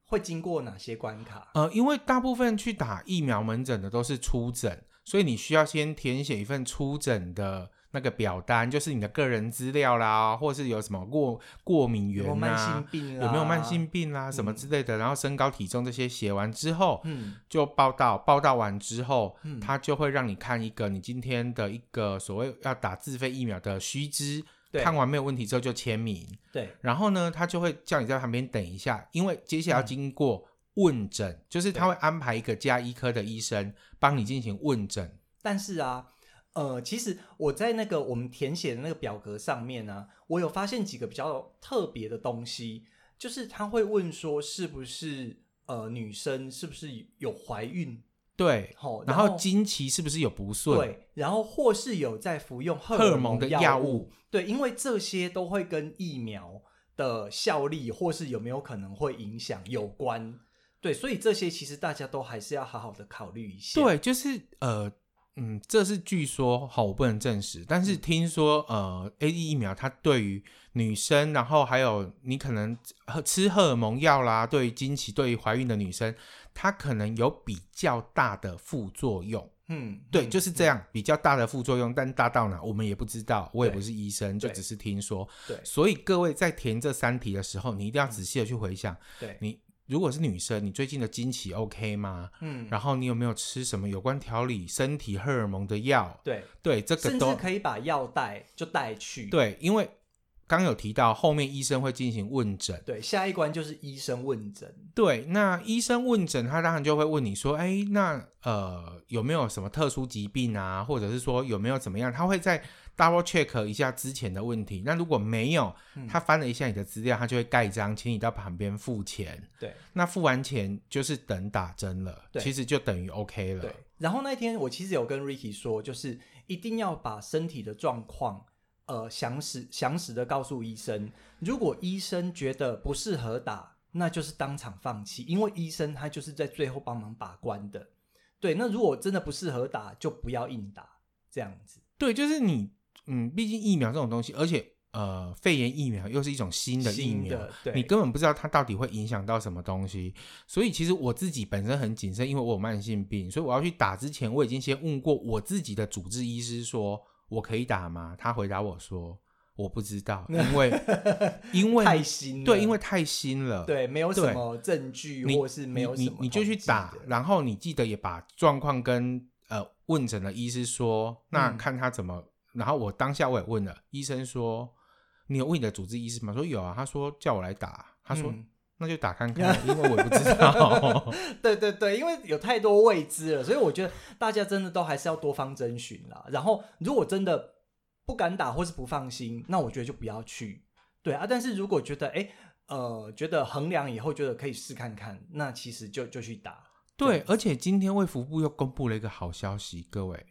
C: 会经过哪些关卡？
D: 呃，因为大部分去打疫苗门诊的都是出诊，所以你需要先填写一份出诊的那个表单，就是你的个人资料啦，或是有什么过过敏
C: 有
D: 源
C: 没有慢性
D: 啊，
C: 病啦？
D: 有没有慢性？病啦、什么之类的，然后身高体重这些写完之后，
C: 嗯，
D: 就报到，报到完之后，
C: 嗯
D: 他就会让你看一个你今天的一个所谓要打自费疫苗的须知，
C: 对
D: 看完没有问题之后就签名，
C: 对
D: 然后呢，他就会叫你在旁边等一下，因为接下
C: 嗯
D: 来要经过问诊，就是他会安排一个加医科的医生帮你进行问诊。
C: 但是啊，呃，其实我在那个我们填写的那个表格上面呢、我有发现几个比较特别的东西，就是他会问说是不是呃女生是不是有怀孕，
D: 对，
C: 吼，
D: 然后经期是不是有不顺？，
C: 哦对，然后或是有在服用荷
D: 荷尔
C: 尔
D: 蒙
C: 蒙
D: 的药
C: 药
D: 物，
C: 对，因为这些都会跟疫苗的效力或是有没有可能会影响有关。对，所以这些其实大家都还是要好好的考虑一下。
D: 对，就是呃，嗯，这是据说，好，我不能证实，但
C: 嗯
D: 是听说呃，A D 疫苗它对于女生，然后还有你可能呃吃荷尔蒙药啦，对于经期，对于怀孕的女生，它可能有比较大的副作用。
C: 嗯，嗯，
D: 对，就是这样，比较大的副作用，但大到哪我们也不知道，我也
C: 对
D: 不是医生，就
C: 对
D: 只是听说。
C: 对嗯
D: 所以各位在填这三题的时候，你一定要仔细的去回想，
C: 对
D: 你如果是女生，你最近的经期 OK 吗？
C: 嗯，
D: 然后你有没有吃什么有关调理身体荷尔蒙的药？
C: 对，
D: 对，这个
C: 甚
D: 都
C: 至可以把药带就带去。
D: 对，因为刚有提到后面医生会进行问诊。
C: 对，下一关就是医生问诊。
D: 对，那医生问诊，他当然就会问你说，哎，那呃有没有什么特殊疾病啊，或者是说有没有怎么样？他会再 double check 一下之前的问题。那如果没有，
C: 嗯
D: 他翻了一下你的资料，他就会盖章，请你到旁边付钱。
C: 对
D: 那付完钱就是等打针了，
C: 对
D: 其实就等于 OK 了。
C: 对，然后那一天我其实有跟 Ricky 说，就是一定要把身体的状况。呃，详实详实的告诉医生，如果医生觉得不适合打，那就是当场放弃，因为医生他就是在最后帮忙把关的。对，那如果真的不适合打，就不要硬打，这样子。
D: 对，就是你，嗯，毕竟疫苗这种东西，而且呃，肺炎疫苗又是一种新的疫
C: 新
D: 苗，
C: 的，对，
D: 你根本不知道它到底会影响到什么东西。所以其实我自己本身很谨慎，因为我有慢性病，所以我要去打之前，我已经先问过我自己的主治医师说，我可以打吗？他回答我说。我不知道，
C: *laughs*
D: 因为因为
C: 太新了，
D: 对，因为太新
C: *laughs*
D: 了，
C: 对，没有什
D: 对
C: 么证据，
D: 你
C: 或是没有什
D: 你
C: 么
D: 你你就去
C: 统计
D: 打
C: 的，
D: 然后你记得也把状况跟呃问诊的医师说，那
C: 嗯
D: 看他怎么。然后我当下我也问了医生说，你有问你的主治医师吗？说有啊，他说叫我来打，他说、
C: 嗯
D: 那就打看看， *laughs* 因为我也不知道。
C: 对对对，因为有太多未知了，所以我觉得大家真的都还是要多方征询啦。然后，如果真的不敢打或是不放心，那我觉得就不要去。对啊，但是如果觉得哎呃觉得衡量以后觉得可以试看看，那其实就就去打。
D: *laughs* 对，而且今天卫福部又公布了一个好消息，各位，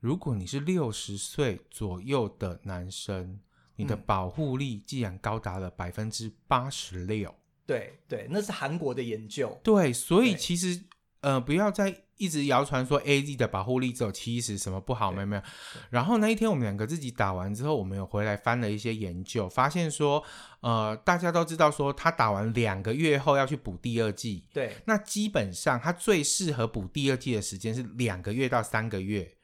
D: 如果你是六十岁左右的男生，你的
C: 嗯
D: 保护力竟然高达了百分之八十六。
C: 对对，那是韩国的研究。
D: 对，所以
C: 对
D: 其实呃，不要再一直谣传说 A Z 的保护力只有七十，什么不好，
C: 对
D: 没有没有。然后那一天我们两个自己打完之后，我们有回来翻了一些研究，发现说，呃，大家都知道说他打完两个月后要去补第二剂，
C: 对
D: 那基本上他最适合补第二剂的时间是两个月到三个月。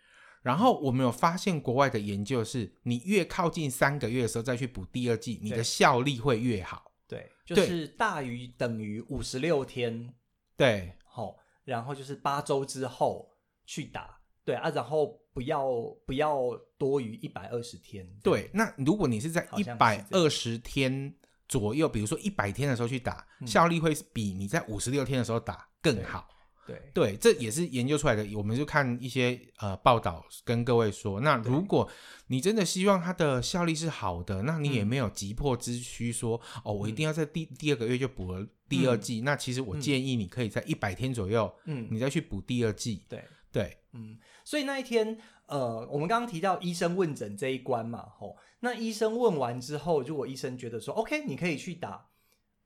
D: 然后我们有发现国外的研究是，你越靠近三个月的时候再去补第二剂，你的
C: 对
D: 效力会越好。
C: 对，就
D: 对
C: 是大于等于五十六天
D: 对，
C: 好、然后就是八周之后去打，对啊，然后不要不要多于一百二十天。
D: 对，，那如果你是在
C: 好
D: 一
C: 像
D: 百
C: 是这
D: 二
C: 样
D: 十天左右，比如说一百天的时候去打，
C: 嗯
D: 效力会比你在五十六天的时候打更好。
C: 对
D: 对，这也是研究出来的。我们就看一些呃报道跟各位说，那如果你真的希望它的效力是好的，那你也
C: 嗯
D: 没有急迫之需说、哦，我一定要在第第二个月就补了第二
C: 嗯
D: 剂。那其实我
C: 嗯
D: 建议你可以在一百天左右，
C: 嗯
D: 你再去补第二剂。
C: 对，
D: 对，
C: 嗯，所以那一天，呃，我们刚刚提到医生问诊这一关嘛，吼、那医生问完之后，如果医生觉得说 OK，你可以去打，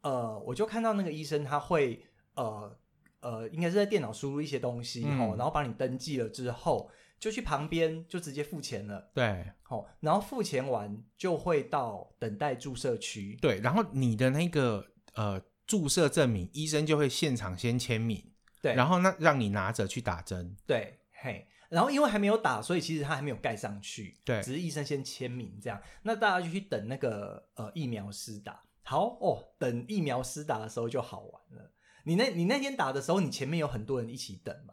C: 呃，我就看到那个医生他会，呃呃，应该是在电脑输入一些东西，
D: 嗯
C: 吼、然后把你登记了之后，就去旁边就直接付钱了。
D: 对。
C: 好、然后付钱完就会到等待注射区。
D: 对，然后你的那个呃注射证明，医生就会现场先签名，
C: 对，
D: 然
C: 后
D: 后那让你拿着去打针。
C: 对，嘿，然后因为还没有打，所以其实他还没有盖上去，
D: 对
C: 只是医生先签名这样。那大家就去等那个呃疫苗施打。好哦，等疫苗施打的时候就好玩了。你那你那天打的时候，你前面有很多人一起等嘛？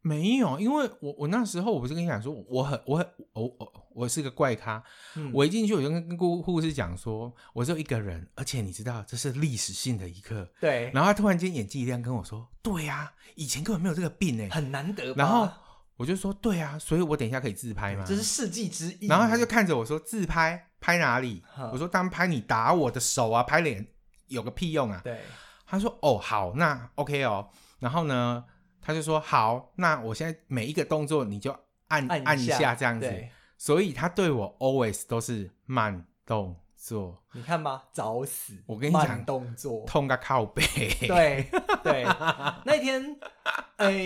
D: 没有，因为我我那时候我不是跟你讲说，我很我很我我我是个怪咖，
C: 嗯
D: 我一进去我就跟跟护护士讲说，我只有一个人，而且你知道这是历史性的一刻。
C: 对，
D: 然后他突然间眼睛一亮跟我说，对呀、以前根本没有这个病哎、
C: 很难得吧。
D: 然后我就说对啊，所以我等一下可以自拍
C: 对
D: 吗？
C: 嗯这是世纪之一。
D: 然后他就看着我说：“自拍拍哪里
C: 哼？”
D: 我说：“当然拍你打我的手啊，拍脸有个屁用啊
C: 对，！”
D: 他说：“哦，好，那 OK 哦。”然后呢，他就说：“好，那我现在每一个动作你就按
C: 按
D: 按一下这样子。
C: 对”
D: 所以他对我 always 都是慢动作，
C: 你看吧，找死！
D: 我跟你讲
C: 慢动作，
D: 痛欸个靠背。
C: 对
D: *laughs*
C: 对，那天，诶，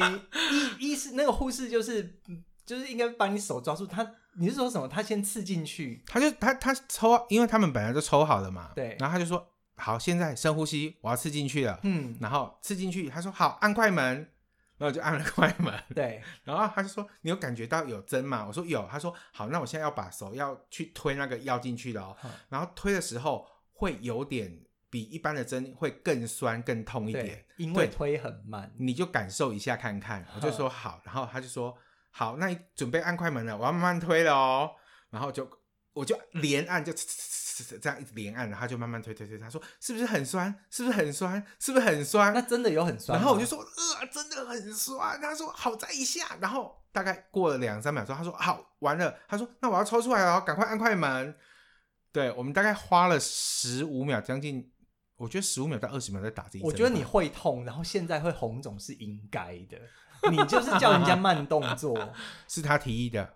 C: 医医师那个护士就是嗯就是应该把你手抓住，他你是说什么？他先刺进去，
D: 他就他他抽，因为他们本来就抽好了嘛。
C: 对
D: 然后他就说：“好，现在深呼吸，我要刺进去了。”
C: 嗯，
D: 然后刺进去，他说：“好，按快门。”然后我就按了快门。
C: 对
D: 然后他就说：“你有感觉到有针吗？”我说：“有。”他说：“好，那我现在要把手要去推那个药进去了哦。
C: 嗯”
D: 然后推的时候会有点比一般的针会更酸、更痛一点
C: 对，，因为
D: 对
C: 推很慢，
D: 你就感受一下看看。我就说好，然后他就说好，那你准备按快门了，我要慢慢推了哦。然后就我就连按就这样一直连按，然后他就慢慢推推推。他说是不是很酸？是不是很酸？是不是很酸？
C: 那真的有很酸吗。
D: 然后
C: *laughs*
D: 我就说，呃，真的很酸。他说好在一下，然后大概过了两三秒钟，他说好完了，他说那我要抽出来了，赶快按快门。对我们大概花了十五秒，将近我觉得十五秒到二十秒在打这一针吧。
C: 我觉得你会痛，然后现在会红肿是应该的，你就是叫人家慢动作，
D: 是他提议的，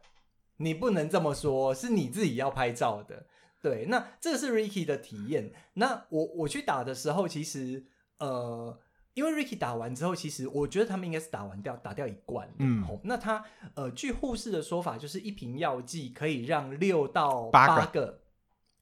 C: 你不能这么说，是你自己要拍照的。对，那这个是 Ricky 的体验。那我我去打的时候，其实呃，因为 Ricky 打完之后，其实我觉得他们应该是打完掉打掉一罐的。
D: 嗯
C: 哦，那他呃，据护士的说法，就是一瓶药剂可以让六到
D: 八
C: 八
D: 个
C: 个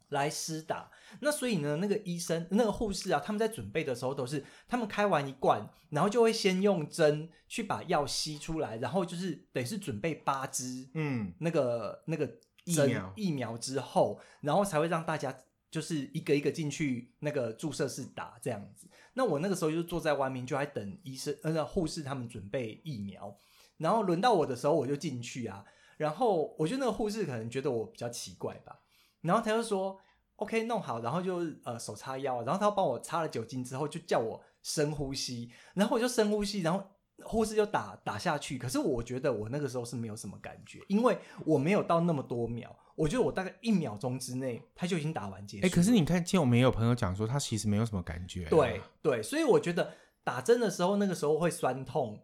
C: 来施打。那所以呢，那个医生、那个护士啊，他们在准备的时候都是，他们开完一罐，然后就会先用针去把药吸出来，然后就是等于是准备八支
D: 嗯，
C: 那个那个
D: 疫
C: 针
D: 苗
C: 疫苗之后，然后才会让大家就是一个一个进去那个注射室打这样子。那我那个时候就是坐在外面，就在等医生呃那护士他们准备疫苗，然后轮到我的时候我就进去啊，然后我觉得那个护士可能觉得我比较奇怪吧，然后他就说 OK 弄好，然后就呃手叉腰，然后他帮我擦了酒精之后，就叫我深呼吸，然后我就深呼吸，然后护士就打打下去。可是我觉得我那个时候是没有什么感觉，因为我没有到那么多秒，我觉得我大概一秒钟之内他就已经打完结束
D: 哎、
C: 了。
D: 可是你看，见我们也有朋友讲说，他其实没有什么感觉、啊
C: 对，对，所以我觉得打针的时候，那个时候会酸痛，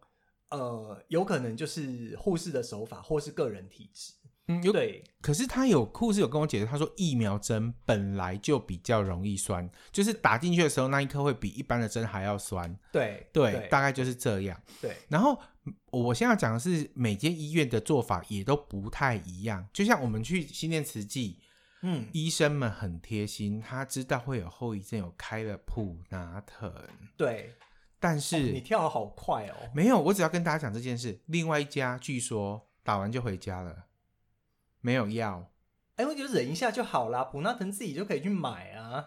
C: 呃，有可能就是护士的手法或是个人体质。
D: 嗯，有。
C: 对，
D: 可是他有护士有跟我解释，他说疫苗针本来就比较容易酸，就是打进去的时候那一刻会比一般的针还要酸。
C: 对，
D: 对，
C: 对，
D: 大概就是这样。
C: 对，
D: 然后嗯我现在要讲的是，每间医院的做法也都不太一样。就像我们去新店慈济，
C: 嗯，
D: 医生们很贴心，他知道会有后遗症，有开了普拿疼，
C: 对，
D: 但
C: 哦你
D: 是、
C: 跳得好快哦。
D: 没有。我只要跟大家讲这件事。另外一家据说打完就回家了，没有药。
C: 哎，我就忍一下就好啦，普纳腾自己就可以去买啊。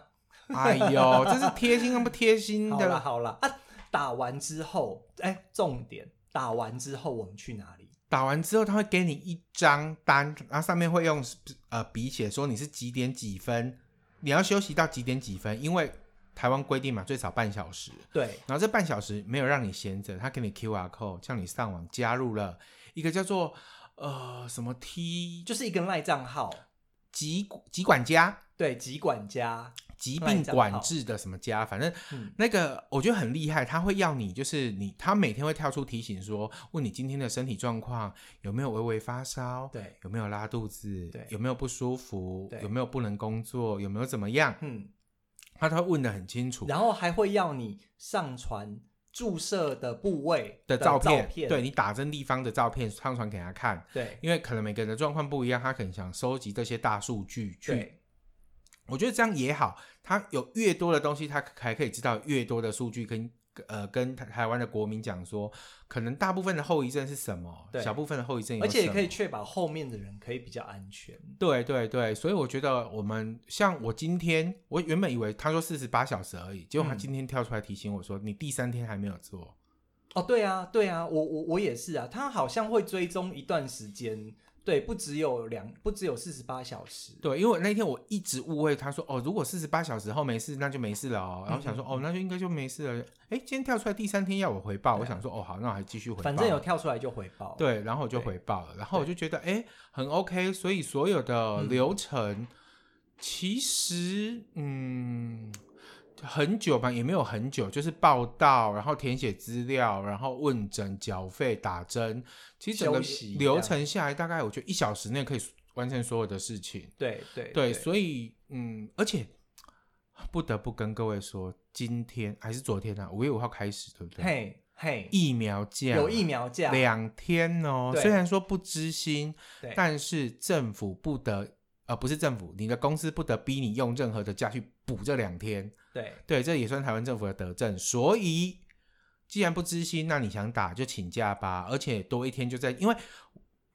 D: 哎呦，这是贴心，那不贴心
C: 好啦
D: 的。
C: 好啦，啊，打完之后，哎，重点，打完之后我们去哪里？
D: 打完之后，他会给你一张单，然后上面会用呃笔写说你是几点几分，你要休息到几点几分，因为台湾规定嘛，最少半小时。
C: 对，
D: 然后这半小时没有让你闲着，他给你 QR code，叫你上网加入了一个叫做呃什么 T
C: 就是一个赖账号，
D: 疾疾管家
C: 对，疾管家，
D: 疾
C: 赖
D: 病
C: 账
D: 管
C: 号
D: 制的什么家，反正
C: 嗯
D: 那个我觉得很厉害，他会要你就是你，他每天会跳出提醒说，问你今天的身体状况有没有微微发烧，
C: 对，
D: 有没有拉肚子，
C: 对
D: 有没有不舒服，
C: 对
D: 有没有不能工作，有没有怎么样，
C: 嗯，
D: 他都会问的很清楚。
C: 然后还会要你上传注射的部位
D: 的
C: 照
D: 照片，对你打针地方的照片上传给他看，
C: 对
D: 因为可能每个人的状况不一样，他可能想收集这些大数据去
C: 对
D: 我觉得这样也好，他有越多的东西，他还可以知道越多的数据跟。呃，跟台台湾的国民讲说，可能大部分的后遗症是什么，
C: 对
D: 小部分的后遗症有
C: 而且也
D: 什
C: 可以
D: 么
C: 确保后面的人可以比较安全。
D: 对对对，所以我觉得我们像我今天，我原本以为他说四十八小时而已，结果他
C: 嗯
D: 今天跳出来提醒我说，你第三天还没有做，
C: 哦，对啊，对啊，我我我也是啊，他好像会追踪一段时间，对，不只有两，不只有四十八小时，
D: 对，因为我那天我一直误会他说哦，如果四十八小时后没事，那就没事了哦。然后
C: 嗯
D: 想说哦，那就应该就没事了。哎，今天跳出来第三天要我回报，我想说哦好，那我还继续回报。
C: 啊反正有跳出来就回报。，
D: 对，然后我就
C: 对
D: 回报了，然后我就觉得哎很 OK，所以所有的
C: 嗯
D: 流程、其实嗯很久吧，也没有很久，就是报到，然后填写资料，然后问诊、缴费、打针，其实整
C: 休
D: 个
C: 息
D: 流
C: 这样
D: 程下来，大概我觉得一小时内可以完成所有的事情。
C: 对对
D: 对，所以嗯，而且不得不跟各位说，今天还是昨天啊，五月五号开始，对不对？
C: 嘿嘿，
D: 疫苗价
C: 有疫苗价，
D: 两天哦，
C: 对
D: 虽然说不知心，
C: 对
D: 但是政府不得。呃，不是政府，你的公司不得逼你用任何的假去补这两天，
C: 对
D: 对，这也算台湾政府的德政。所以，既然不知心，那你想打就请假吧，而且多一天就在，因为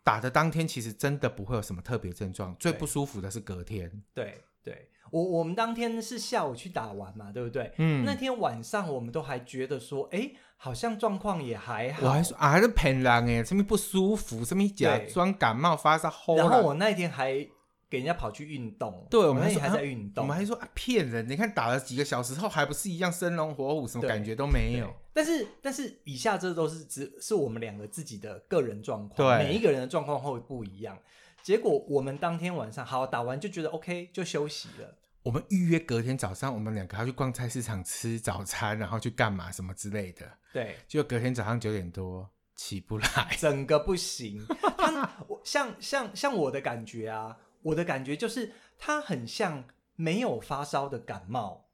D: 打的当天其实真的不会有什么特别症状，最
C: 对
D: 不舒服的是隔天。
C: 对对，我我们当天是下午去打完嘛，对不对？
D: 嗯
C: 那天晚上我们都还觉得说，哎，好像状况也还好。
D: 我还说啊，这骗人哎，什么不舒服，什么假装感冒发烧齁啦，
C: 然后我那一天还给人家跑去运动，
D: 对我
C: 我
D: 们
C: 那
D: 还说
C: 天还在
D: 啊
C: 运
D: 我
C: 动，
D: 们还说啊骗人，你看打了几个小时后还不是一样生龙活虎，什么
C: 对
D: 感觉都没
C: 对
D: 有。。
C: 但是但是以下这都是只是我们两个自己的个人状况，
D: 对
C: 每一个人的状况会不一样。结果我们当天晚上好打完就觉得 OK 就休息了，
D: 我们预约隔天早上，我们两个要去逛菜市场吃早餐，然后去干嘛什么之类的。
C: 对，
D: 就隔天早上九点多起不
C: *laughs*
D: 来，
C: 整个不行。他我像像像我的感觉啊，我的感觉就是他很像没有发烧的感冒，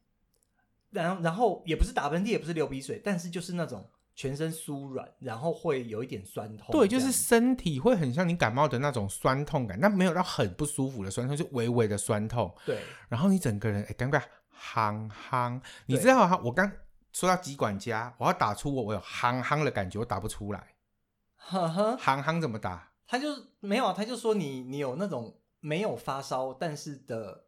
C: 然后然后也不是打喷嚏，也不是流鼻水，但是就是那种全身酥软，然后会有一点酸哦痛这
D: 对，
C: 样。
D: 就是身体会很像你感冒的那种酸痛感，但没有到很不舒服的酸痛，就微微的酸痛。
C: 对
D: 然后你整个人哎，尴尬，憨憨，你
C: 对
D: 知道哈，我刚说到疾管家，我要打出我我有憨憨的感觉，我打不出来，
C: 呵呵，
D: 憨憨怎么打？
C: 他就没有啊，他就说你你有那种没有发烧，但是的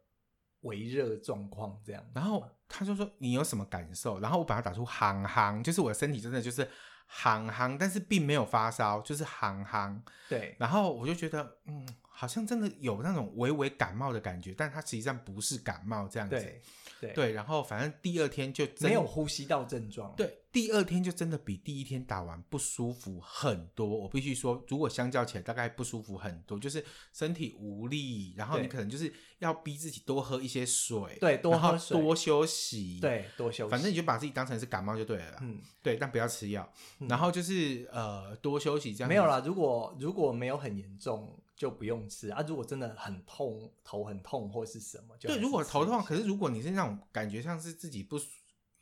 C: 微热状况这样。
D: 然后他就说你有什么感受？然后我把它打出憨憨，就是我的身体真的就是憨憨，但是并没有发烧，就是憨憨。
C: 对
D: 然后我就觉得，嗯，好像真的有那种微微感冒的感觉，但它实际上不是感冒这样子。
C: 对对，
D: 对然后反正第二天就真
C: 没有呼吸道症状。
D: 对，第二天就真的比第一天打完不舒服很多。我必须说，如果相较起来，大概不舒服很多，就是身体无力，然后你
C: 对
D: 可能就是要逼自己多喝一些水，
C: 对多
D: 然后
C: 喝水
D: 多休息，，
C: 对，多休息。
D: 反正你就把自己当成是感冒就对了啦。
C: 嗯，
D: 对，但不要吃药，
C: 嗯
D: 然后就是呃多休息这样。
C: 没有，啦。如果如果没有很严重，就不用吃啊。如果真的很痛，头很痛或是什么，就
D: 对，
C: 还
D: 如
C: 是
D: 果
C: 吃
D: 头
C: 一
D: 痛，
C: 下
D: 可是如果你是那种感觉像是自己不舒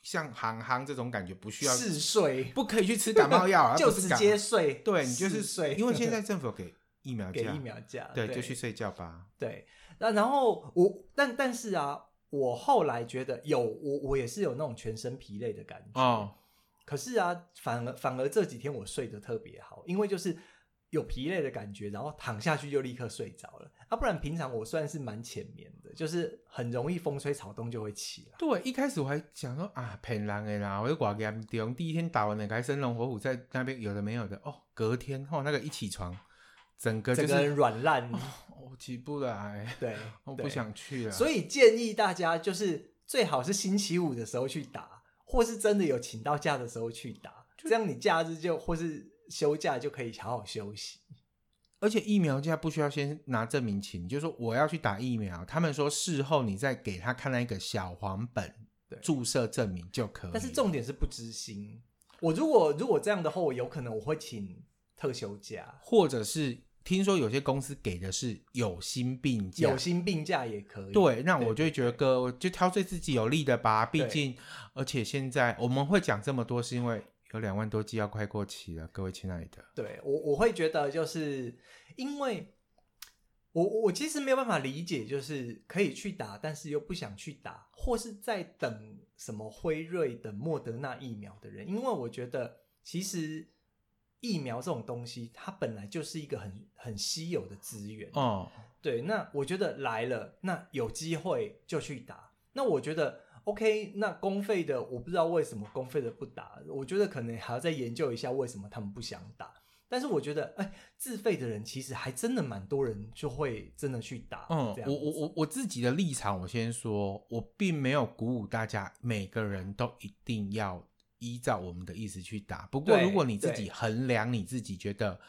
D: 像行行这种感觉，不需要
C: 嗜睡，
D: 不可以去吃感冒
C: *laughs*
D: 药啊，
C: 就
D: 不是
C: 直
D: 感
C: 接睡。
D: 对你就是
C: 嗜睡，
D: 因为现在政府有给疫
C: *laughs*
D: 苗
C: 给
D: 价
C: 疫苗假，
D: 对，就去睡觉
C: *laughs*
D: 吧。
C: 对，那然后我但但是啊，我后来觉得有我我也是有那种全身疲累的感觉，
D: 哦，
C: 可是啊，反而反而这几天我睡得特别好，因为就是有疲累的感觉，然后躺下去就立刻睡着了啊，不然平常我算是蛮浅眠的，就是很容易风吹草动就会起来。
D: 对，一开始我还想说啊，骗人的啦，我就寡严重。第一天打完了，还生龙活虎在那边有的没有的哦。隔天哦，那个一起床，整个就
C: 整个人
D: 是
C: 软烂，
D: 我起不来，
C: 对， *laughs*
D: 我
C: 对
D: 不想去了。
C: 所以建议大家就是最好是星期五的时候去打，或是真的有请到假的时候去打，这样你假日就或是休假就可以好好休息。
D: 而且疫苗价不需要先拿证明请，你就说我要去打疫苗，他们说事后你再给他看那个小黄本
C: 对
D: 注射证明就可以。
C: 但是重点是不知心。我如果如果这样的话，我有可能我会请特休假，
D: 或者是听说有些公司给的是有薪病假，
C: 有薪病假也可以。
D: 对，那我就
C: 对
D: 会觉得各位就挑对自己有利的吧，毕
C: 对
D: 竟而且现在我们会讲这么多，是因为有两万多剂要快过期了，各位亲爱的。
C: 对我我会觉得就是因为。我我其实没有办法理解，就是可以去打，但是又不想去打，或是在等什么辉瑞、等莫德纳疫苗的人，因为我觉得其实疫苗这种东西，它本来就是一个很很稀有的资源。
D: 哦，
C: 对，那我觉得来了，那有机会就去打。那我觉得 OK，那公费的我不知道为什么公费的不打，我觉得可能还要再研究一下为什么他们不想打。但是我觉得，哎，自费的人其实还真的蛮多人就会真的去打。
D: 嗯
C: 这，样
D: 我
C: 子
D: 我我我自己的立场，我先说，我并没有鼓舞大家每个人都一定要依照我们的意思去打。不过，
C: 对
D: 如果你自
C: 对
D: 己衡量你自己觉得，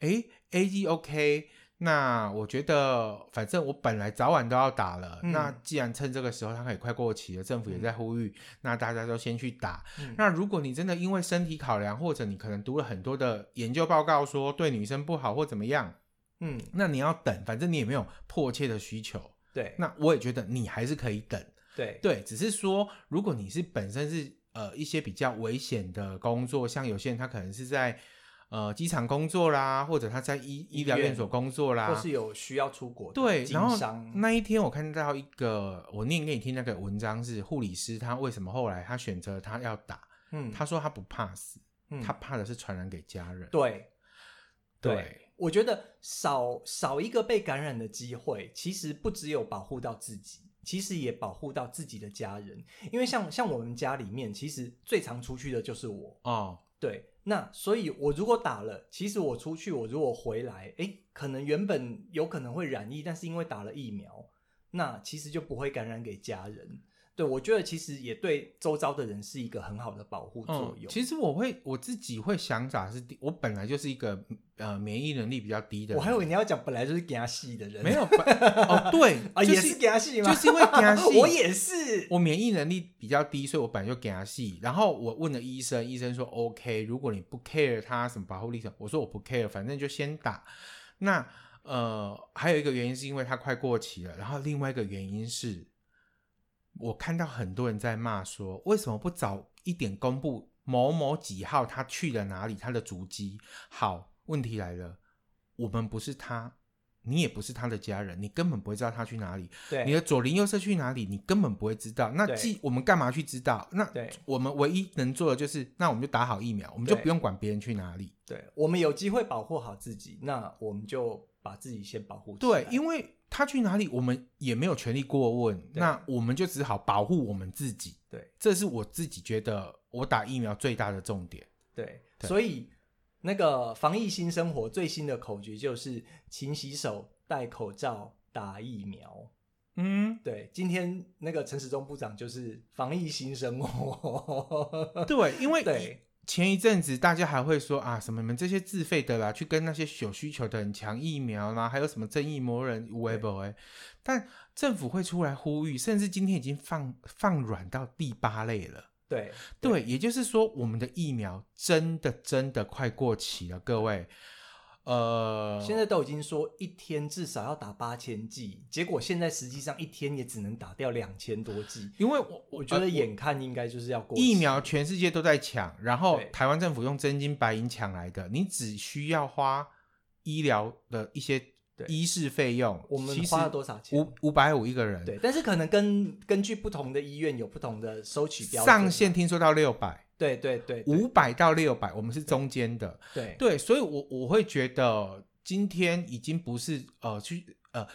D: 诶 a G OK，那我觉得反正我本来早晚都要打了，
C: 嗯
D: 那既然趁这个时候它可以快过期了，政府也
C: 嗯
D: 在呼吁，那大家都先去打。
C: 嗯
D: 那如果你真的因为身体考量，或者你可能读了很多的研究报告说对女生不好或怎么样，
C: 嗯，
D: 那你要等，反正你也没有迫切的需求。
C: 对，
D: 那我也觉得你还是可以等，
C: 对
D: 对，只是说如果你是本身是呃一些比较危险的工作，像有些人他可能是在呃机场工作啦，或者他在医医疗
C: 医院
D: 院所工作啦，
C: 或是有需要出国的
D: 啊对，
C: 经
D: 然后
C: 商
D: 那一天我看到一个，我念给你听那个文章是护理师他为什么后来他选择他要打，
C: 嗯，
D: 他说他不怕死，
C: 嗯
D: 他怕的是传染给家人，
C: 对
D: 对
C: 对我觉得少少一个被感染的机会，其实不只有保护到自己，其实也保护到自己的家人，因为像像我们家里面，其实最常出去的就是我，
D: 哦，
C: 对，那所以，我如果打了，其实我出去，我如果回来，诶，可能原本有可能会染疫，但是因为打了疫苗，那其实就不会感染给家人。对，我觉得其实也对周遭的人是一个很好的保护作
D: 嗯
C: 用。
D: 其实我会我自己会想法是第，我本来就是一个呃免疫能力比较低的人，
C: 我还以为你要讲本来就是给他戏的人，
D: 没有本
C: *laughs*
D: 哦， *laughs* 对，
C: 啊，
D: 就
C: 也是给他戏吗？
D: 就是因为给他戏
C: 我也是，
D: *laughs* 我免疫能力比较低，所以我本来就给他戏。然后我问了医生，医生说 OK，如果你不 care 他什么保护力什么，我说我不 care，反正就先打。那呃，还有一个原因是因为他快过期了，然后另外一个原因是，我看到很多人在骂说，为什么不早一点公布某某几号他去了哪里，他的足迹？好，问题来了，我们不是他。你也不是他的家人，你根本不会知道他去哪里。
C: 对，
D: 你的左邻右舍去哪里，你根本不会知道。那
C: 对
D: 既我们干嘛去知道？那
C: 对
D: 我们唯一能做的就是，那我们就打好疫苗，我们就
C: 对
D: 不用管别人去哪里。
C: 对我们有机会保护好自己，那我们就把自己先保护起来。
D: 对，因为他去哪里，我们也没有权利过问，
C: 对
D: 那我们就只好保护我们自己。
C: 对，
D: 这是我自己觉得我打疫苗最大的重点。
C: 对，
D: 对
C: 所以那个防疫新生活最新的口诀就是勤洗手、戴口罩、打疫苗。
D: 嗯，
C: 对，今天那个陈时中部长就是防疫新生活。
D: 对，因为
C: 对
D: 前一阵子大家还会说啊，什么你们这些自费的啦，去跟那些有需求的人抢疫苗啦，还有什么正义魔人无为不为，但政府会出来呼吁，甚至今天已经放放软到第八类了。
C: 对
D: 对，也就是说，我们的疫苗真的真的快过期了，各位。呃，
C: 现在都已经说一天至少要打八千剂，结果现在实际上一天也只能打掉两千多剂。
D: 因为我
C: 我觉
D: 呃
C: 得眼看应该就是要过期
D: 疫苗全世界都在抢，然后
C: 对
D: 台湾政府用真金白银抢来的，你只需要花医疗的一些
C: 对
D: 医事费用，
C: 我们
D: 其实
C: 花了多少钱
D: 五五百五一个人，
C: 对，，但是可能跟根据不同的医院有不同的收取标准啊
D: 上限。听说到六百，
C: 对对对，对
D: 五百到六百，我们是中间的，
C: 对
D: 对，所以我我会觉得今天已经不是呃去呃。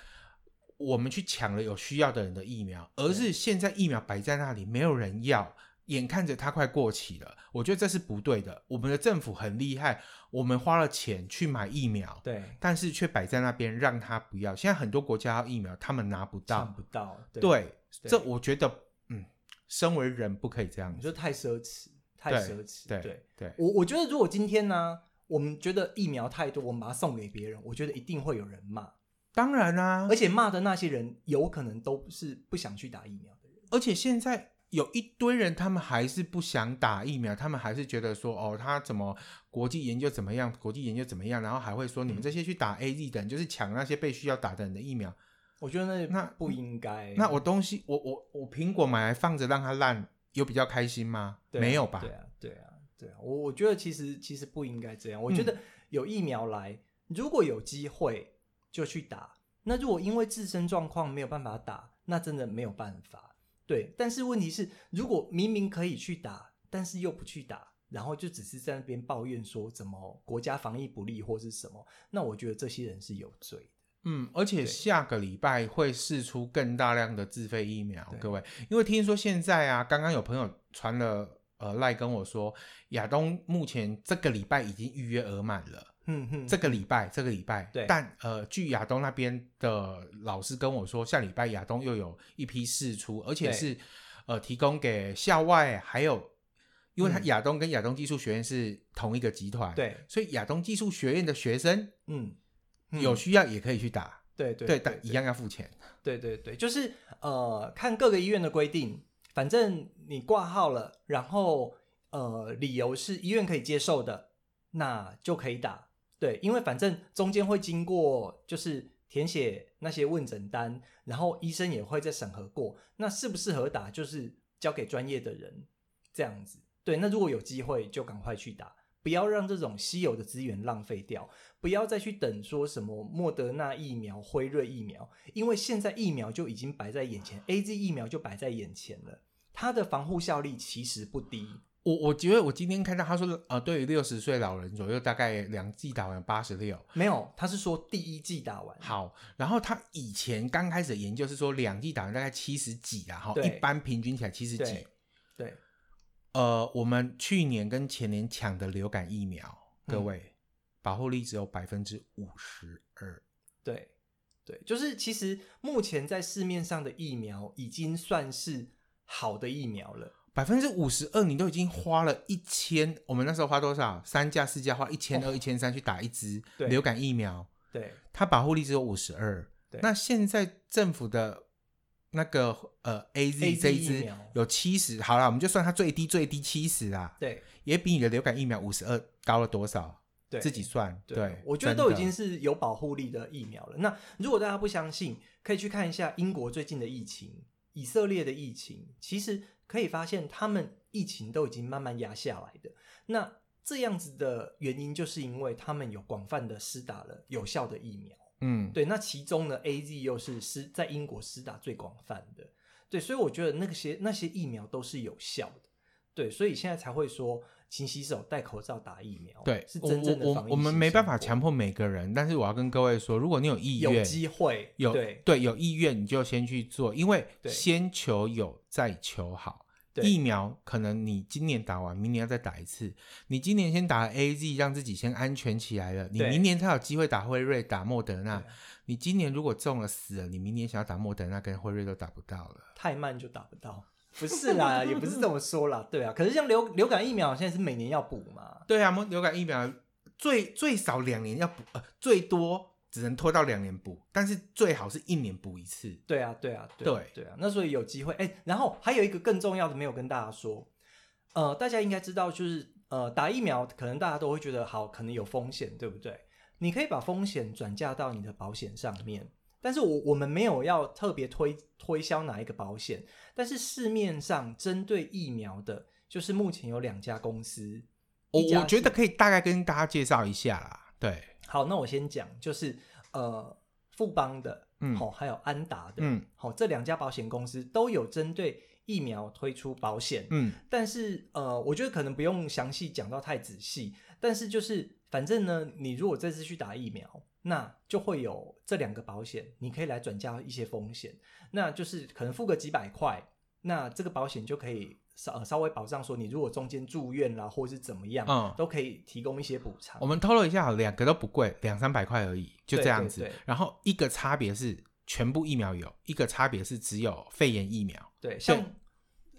D: 我们去抢了有需要的人的疫苗，而是现在疫苗摆在那里，没有人要，眼看着它快过期了，我觉得这是不对的。我们的政府很厉害，我们花了钱去买疫苗，
C: 对，
D: 但是却摆在那边让它不要。现在很多国家要疫苗，他们拿不到
C: 看，不到。对，
D: 对，
C: 对
D: 这我觉得，嗯，身为人不可以这样
C: 你
D: 子
C: 说。太奢侈，太
D: 对
C: 奢侈。
D: 对对
C: 我我觉得如果今天呢、我们觉得疫苗太多，我们把它送给别人，我觉得一定会有人骂，
D: 当然啊啦、
C: 而且骂的那些人有可能都是不想去打疫苗的人。
D: 而且现在有一堆人，他们还是不想打疫苗，他们还是觉得说，哦，他怎么国际研究怎么样，国际研究怎么样，然后还会说，你们这些去打 A Z 的人，就是抢那些被需要打的人的疫苗。
C: 我觉得
D: 那嗯
C: 不应该。
D: 那我东西，我我我苹果买来放着让它烂，有比较开心吗？
C: 对啊
D: 没有吧？
C: 对啊，对啊，对啊，我我觉得其实其实不应该这样。我
D: 嗯
C: 觉得有疫苗来，如果有机会就去打。那如果因为自身状况没有办法打，那真的没有办法。对，但是问题是，如果明明可以去打，但是又不去打，然后就只是在那边抱怨说怎么国家防疫不力或是什么，那我觉得这些人是有罪的。
D: 嗯，而且
C: 对
D: 下个礼拜会试出更大量的自费疫苗
C: 对，
D: 各位，因为听说现在啊，刚刚有朋友传了呃赖跟我说，亚东目前这个礼拜已经预约额满了，
C: 嗯哼，
D: 这个礼拜这个礼拜，
C: 对
D: 但呃，据亚东那边的老师跟我说，下礼拜亚东又有一批试出，而且
C: 对
D: 是呃提供给校外还有。因为他
C: 嗯
D: 亚东跟亚东技术学院是同一个集团，
C: 对
D: 所以亚东技术学院的学生
C: 嗯，嗯
D: 有需要也可以去打，
C: 对对
D: 对，但一样要付钱。
C: 对对对，就是呃，看各个医院的规定，反正你挂号了，然后呃，理由是医院可以接受的，那就可以打。对，因为反正中间会经过就是填写那些问诊单，然后医生也会再审核过，那适不适合打就是交给专业的人这样子。对，那如果有机会就赶快去打，不要让这种稀有的资源浪费掉，不要再去等说什么莫德纳疫苗、辉瑞疫苗，因为现在疫苗就已经摆在眼前，A Z 疫苗就摆在眼前了，它的防护效力其实不低。
D: 我我觉得我今天看到他说，呃，对于六十岁老人左右，大概两季打完八十六。
C: 没有，他是说第一季打完，
D: 好，然后他以前刚开始的研究是说两季打完大概七十几啊，哈，
C: 对
D: 一般平均起来七十几
C: 对。对，
D: 呃，我们去年跟前年抢的流感疫苗，各
C: 嗯
D: 位、保护力只有百分之五十二。
C: 对，对，就是其实目前在市面上的疫苗已经算是好的疫苗了，
D: 百分之五十二，你都已经花了一千，我们那时候花多少？三价四价花一千二、一千三去打一支
C: 对
D: 流感疫苗，
C: 对
D: 它保护力只有五十二
C: 对。
D: 那现在政府的那个呃 A Z
C: AZ
D: 这一
C: 疫
D: 支
C: 苗
D: 有七十，好啦，我们就算它最低最低七十啦，
C: 对
D: 也比你的流感疫苗五十二高了多少？
C: 对，
D: 自己算。
C: 对，
D: 对，
C: 我觉得
D: 真的
C: 都已经是有保护力的疫苗了。那如果大家不相信，可以去看一下英国最近的疫情，以色列的疫情，其实可以发现他们疫情都已经慢慢压下来的。那这样子的原因，就是因为他们有广泛的施打了有效的疫苗。
D: 嗯，
C: 对，那其中呢，A Z 又是施在英国施打最广泛的，对，所以我觉得那个些那些疫苗都是有效的，对，所以现在才会说勤洗手、戴口罩、打疫苗，
D: 对，
C: 是
D: 我
C: 真正的
D: 我
C: 防疫
D: 我我们
C: 性
D: 没办
C: 生
D: 法
C: 活
D: 强迫每个人，但是我要跟各位说，如果你有意愿，
C: 有机会，
D: 有
C: 对
D: 有意愿你就先去做，因为
C: 对
D: 先求有再求好。
C: 对
D: 疫苗可能你今年打完，明年要再打一次。你今年先打 A Z，让自己先安全起来了，你
C: 对
D: 明年才有机会打辉瑞、打莫德纳
C: 对。
D: 你今年如果中了死了，你明年想要打莫德纳跟辉瑞都打不到了。
C: 太慢就打不到，不是啦，也不是这么说啦，对啊，可是像流流感疫苗现在是每年要补嘛，
D: 对啊，莫流感疫苗最最少两年要补，呃，最多只能拖到两年补，但是最好是一年补一次。
C: 对啊，对啊，对啊
D: 对
C: 对啊，那所以有机会，哎、然后还有一个更重要的没有跟大家说，呃，大家应该知道，就是呃，打疫苗可能大家都会觉得好，可能有风险，对不对？你可以把风险转嫁到你的保险上面，但是我我们没有要特别推推销哪一个保险，但是市面上针对疫苗的，就是目前有两家公司，
D: 我
C: 一家
D: 哦我觉
C: 是
D: 得可以大概跟大家介绍一下啦。对，
C: 好，那我先讲，就是呃，富邦的，
D: 嗯
C: 好、还有安达的，
D: 嗯
C: 好、这两家保险公司都有针对疫苗推出保险，
D: 嗯，
C: 但是呃，我觉得可能不用详细讲到太仔细，但是就是反正呢，你如果这次去打疫苗，那就会有这两个保险，你可以来转嫁一些风险，那就是可能付个几百块，那这个保险就可以稍、呃稍微保障说你如果中间住院啦，或是怎么样，
D: 嗯
C: 都可以提供一些补偿
D: 我。们透露一下好了，两个都不贵，两三百块而已，就
C: 对
D: 这样
C: 对
D: 子。
C: 对
D: 然后一个差别是全部疫苗有，一个差别是只有肺炎疫苗。
C: 对，像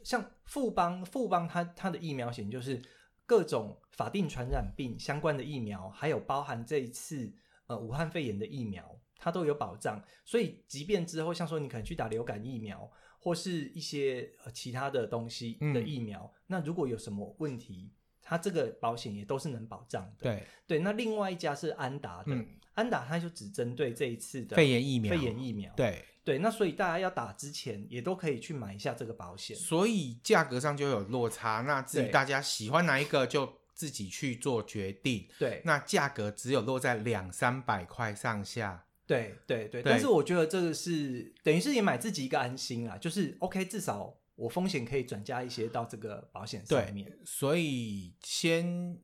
C: 像富邦富邦它它的疫苗险就是各种法定传染病相关的疫苗，还有包含这一次呃武汉肺炎的疫苗，它都有保障。所以即便之后像说你可能去打流感疫苗或是一些、呃、其他的东西的
D: 嗯
C: 疫苗，那如果有什么问题，它这个保险也都是能保障的。
D: 对，
C: 对，那另外一家是安达的，
D: 嗯，
C: 安达它就只针对这一次的
D: 肺炎疫苗，
C: 肺炎疫苗。
D: 对，
C: 对，那所以大家要打之前也都可以去买一下这个保险。
D: 所以价格上就有落差。那至于
C: 对
D: 大家喜欢哪一个，就自己去做决定。
C: 对，
D: 那价格只有落在两三百块上下。
C: 对对对，
D: 对
C: 但是我觉得这个是等于是也买自己一个安心啦，就是 OK，至少我风险可以转嫁一些到这个保险
D: 对
C: 上面。
D: 所以先，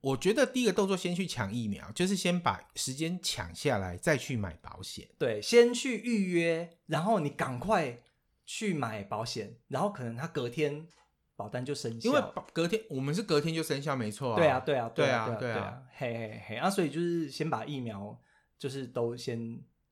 D: 我觉得第一个动作先去抢疫苗，就是先把时间抢下来，再去买保险。
C: 对，先去预约，然后你赶快去买保险，然后可能它隔天保单就生效，
D: 因为保隔天我们是隔天就生效，没错、
C: 对啊，对啊，
D: 对
C: 啊，
D: 啊
C: 对
D: 对啊
C: 啊，嘿嘿嘿，啊，所以就是先把疫苗就是都先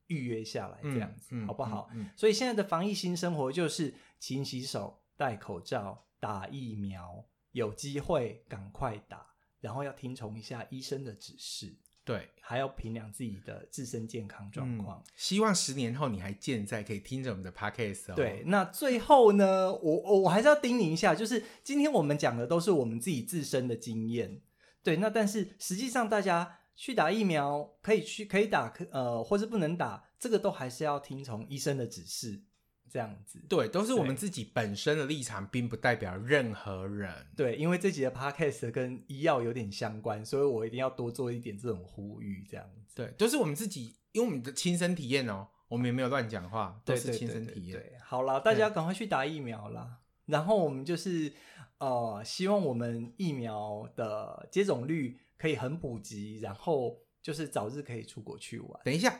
C: 预约下来，这
D: 嗯
C: 样子
D: 嗯
C: 好不好？
D: 嗯嗯
C: 所以现在的防疫新生活就是勤洗手、戴口罩、打疫苗，有机会赶快打，然后要听从一下医生的指示，
D: 对。
C: 还要评量自己的自身健康状况。
D: 嗯，希望十年后你还健在，可以听着我们的 podcast 哦。
C: 对，，那最后呢，我我我还是要叮咛一下，就是今天我们讲的都是我们自己自身的经验，对，那但是实际上大家去打疫苗可以去可以打，可呃，或是不能打，这个都还是要听从医生的指示，这样子。
D: 对，都是我们
C: 对
D: 自己本身的立场，并不代表任何人。
C: 对，因为这集的 podcast 跟医药有点相关，所以我一定要多做一点这种呼吁，这样子。
D: 对，都是我们自己，因为我们的亲身体验哦，我们也没有乱讲话，都
C: 对
D: 是
C: 对
D: 亲
C: 对
D: 身
C: 对
D: 体验。
C: 对，好啦，大家
D: 对
C: 赶快去打疫苗啦。然后我们就是呃，希望我们疫苗的接种率可以很普及，然后就是早日可以出国去玩。
D: 等一下，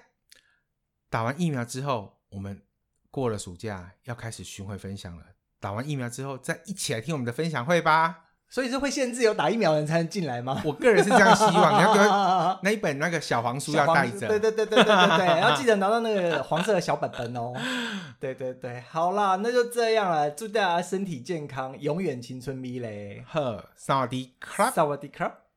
D: 打完疫苗之后，我们过了暑假要开始巡回分享了。打完疫苗之后，再一起来听我们的分享会吧。
C: 所以是会限制有打疫苗的人才能进来吗？
D: 我个人是这样希望，你要给我那一本那个小黄书
C: 小
D: 要
C: 黄
D: 带着。
C: 对对对对对对对，要记得拿到那个黄色的小本本哦。对对对，好啦，那就这样了，祝大家身体健康，永远青春咪嘞！
D: 呵，萨瓦迪卡。
C: 萨瓦迪卡。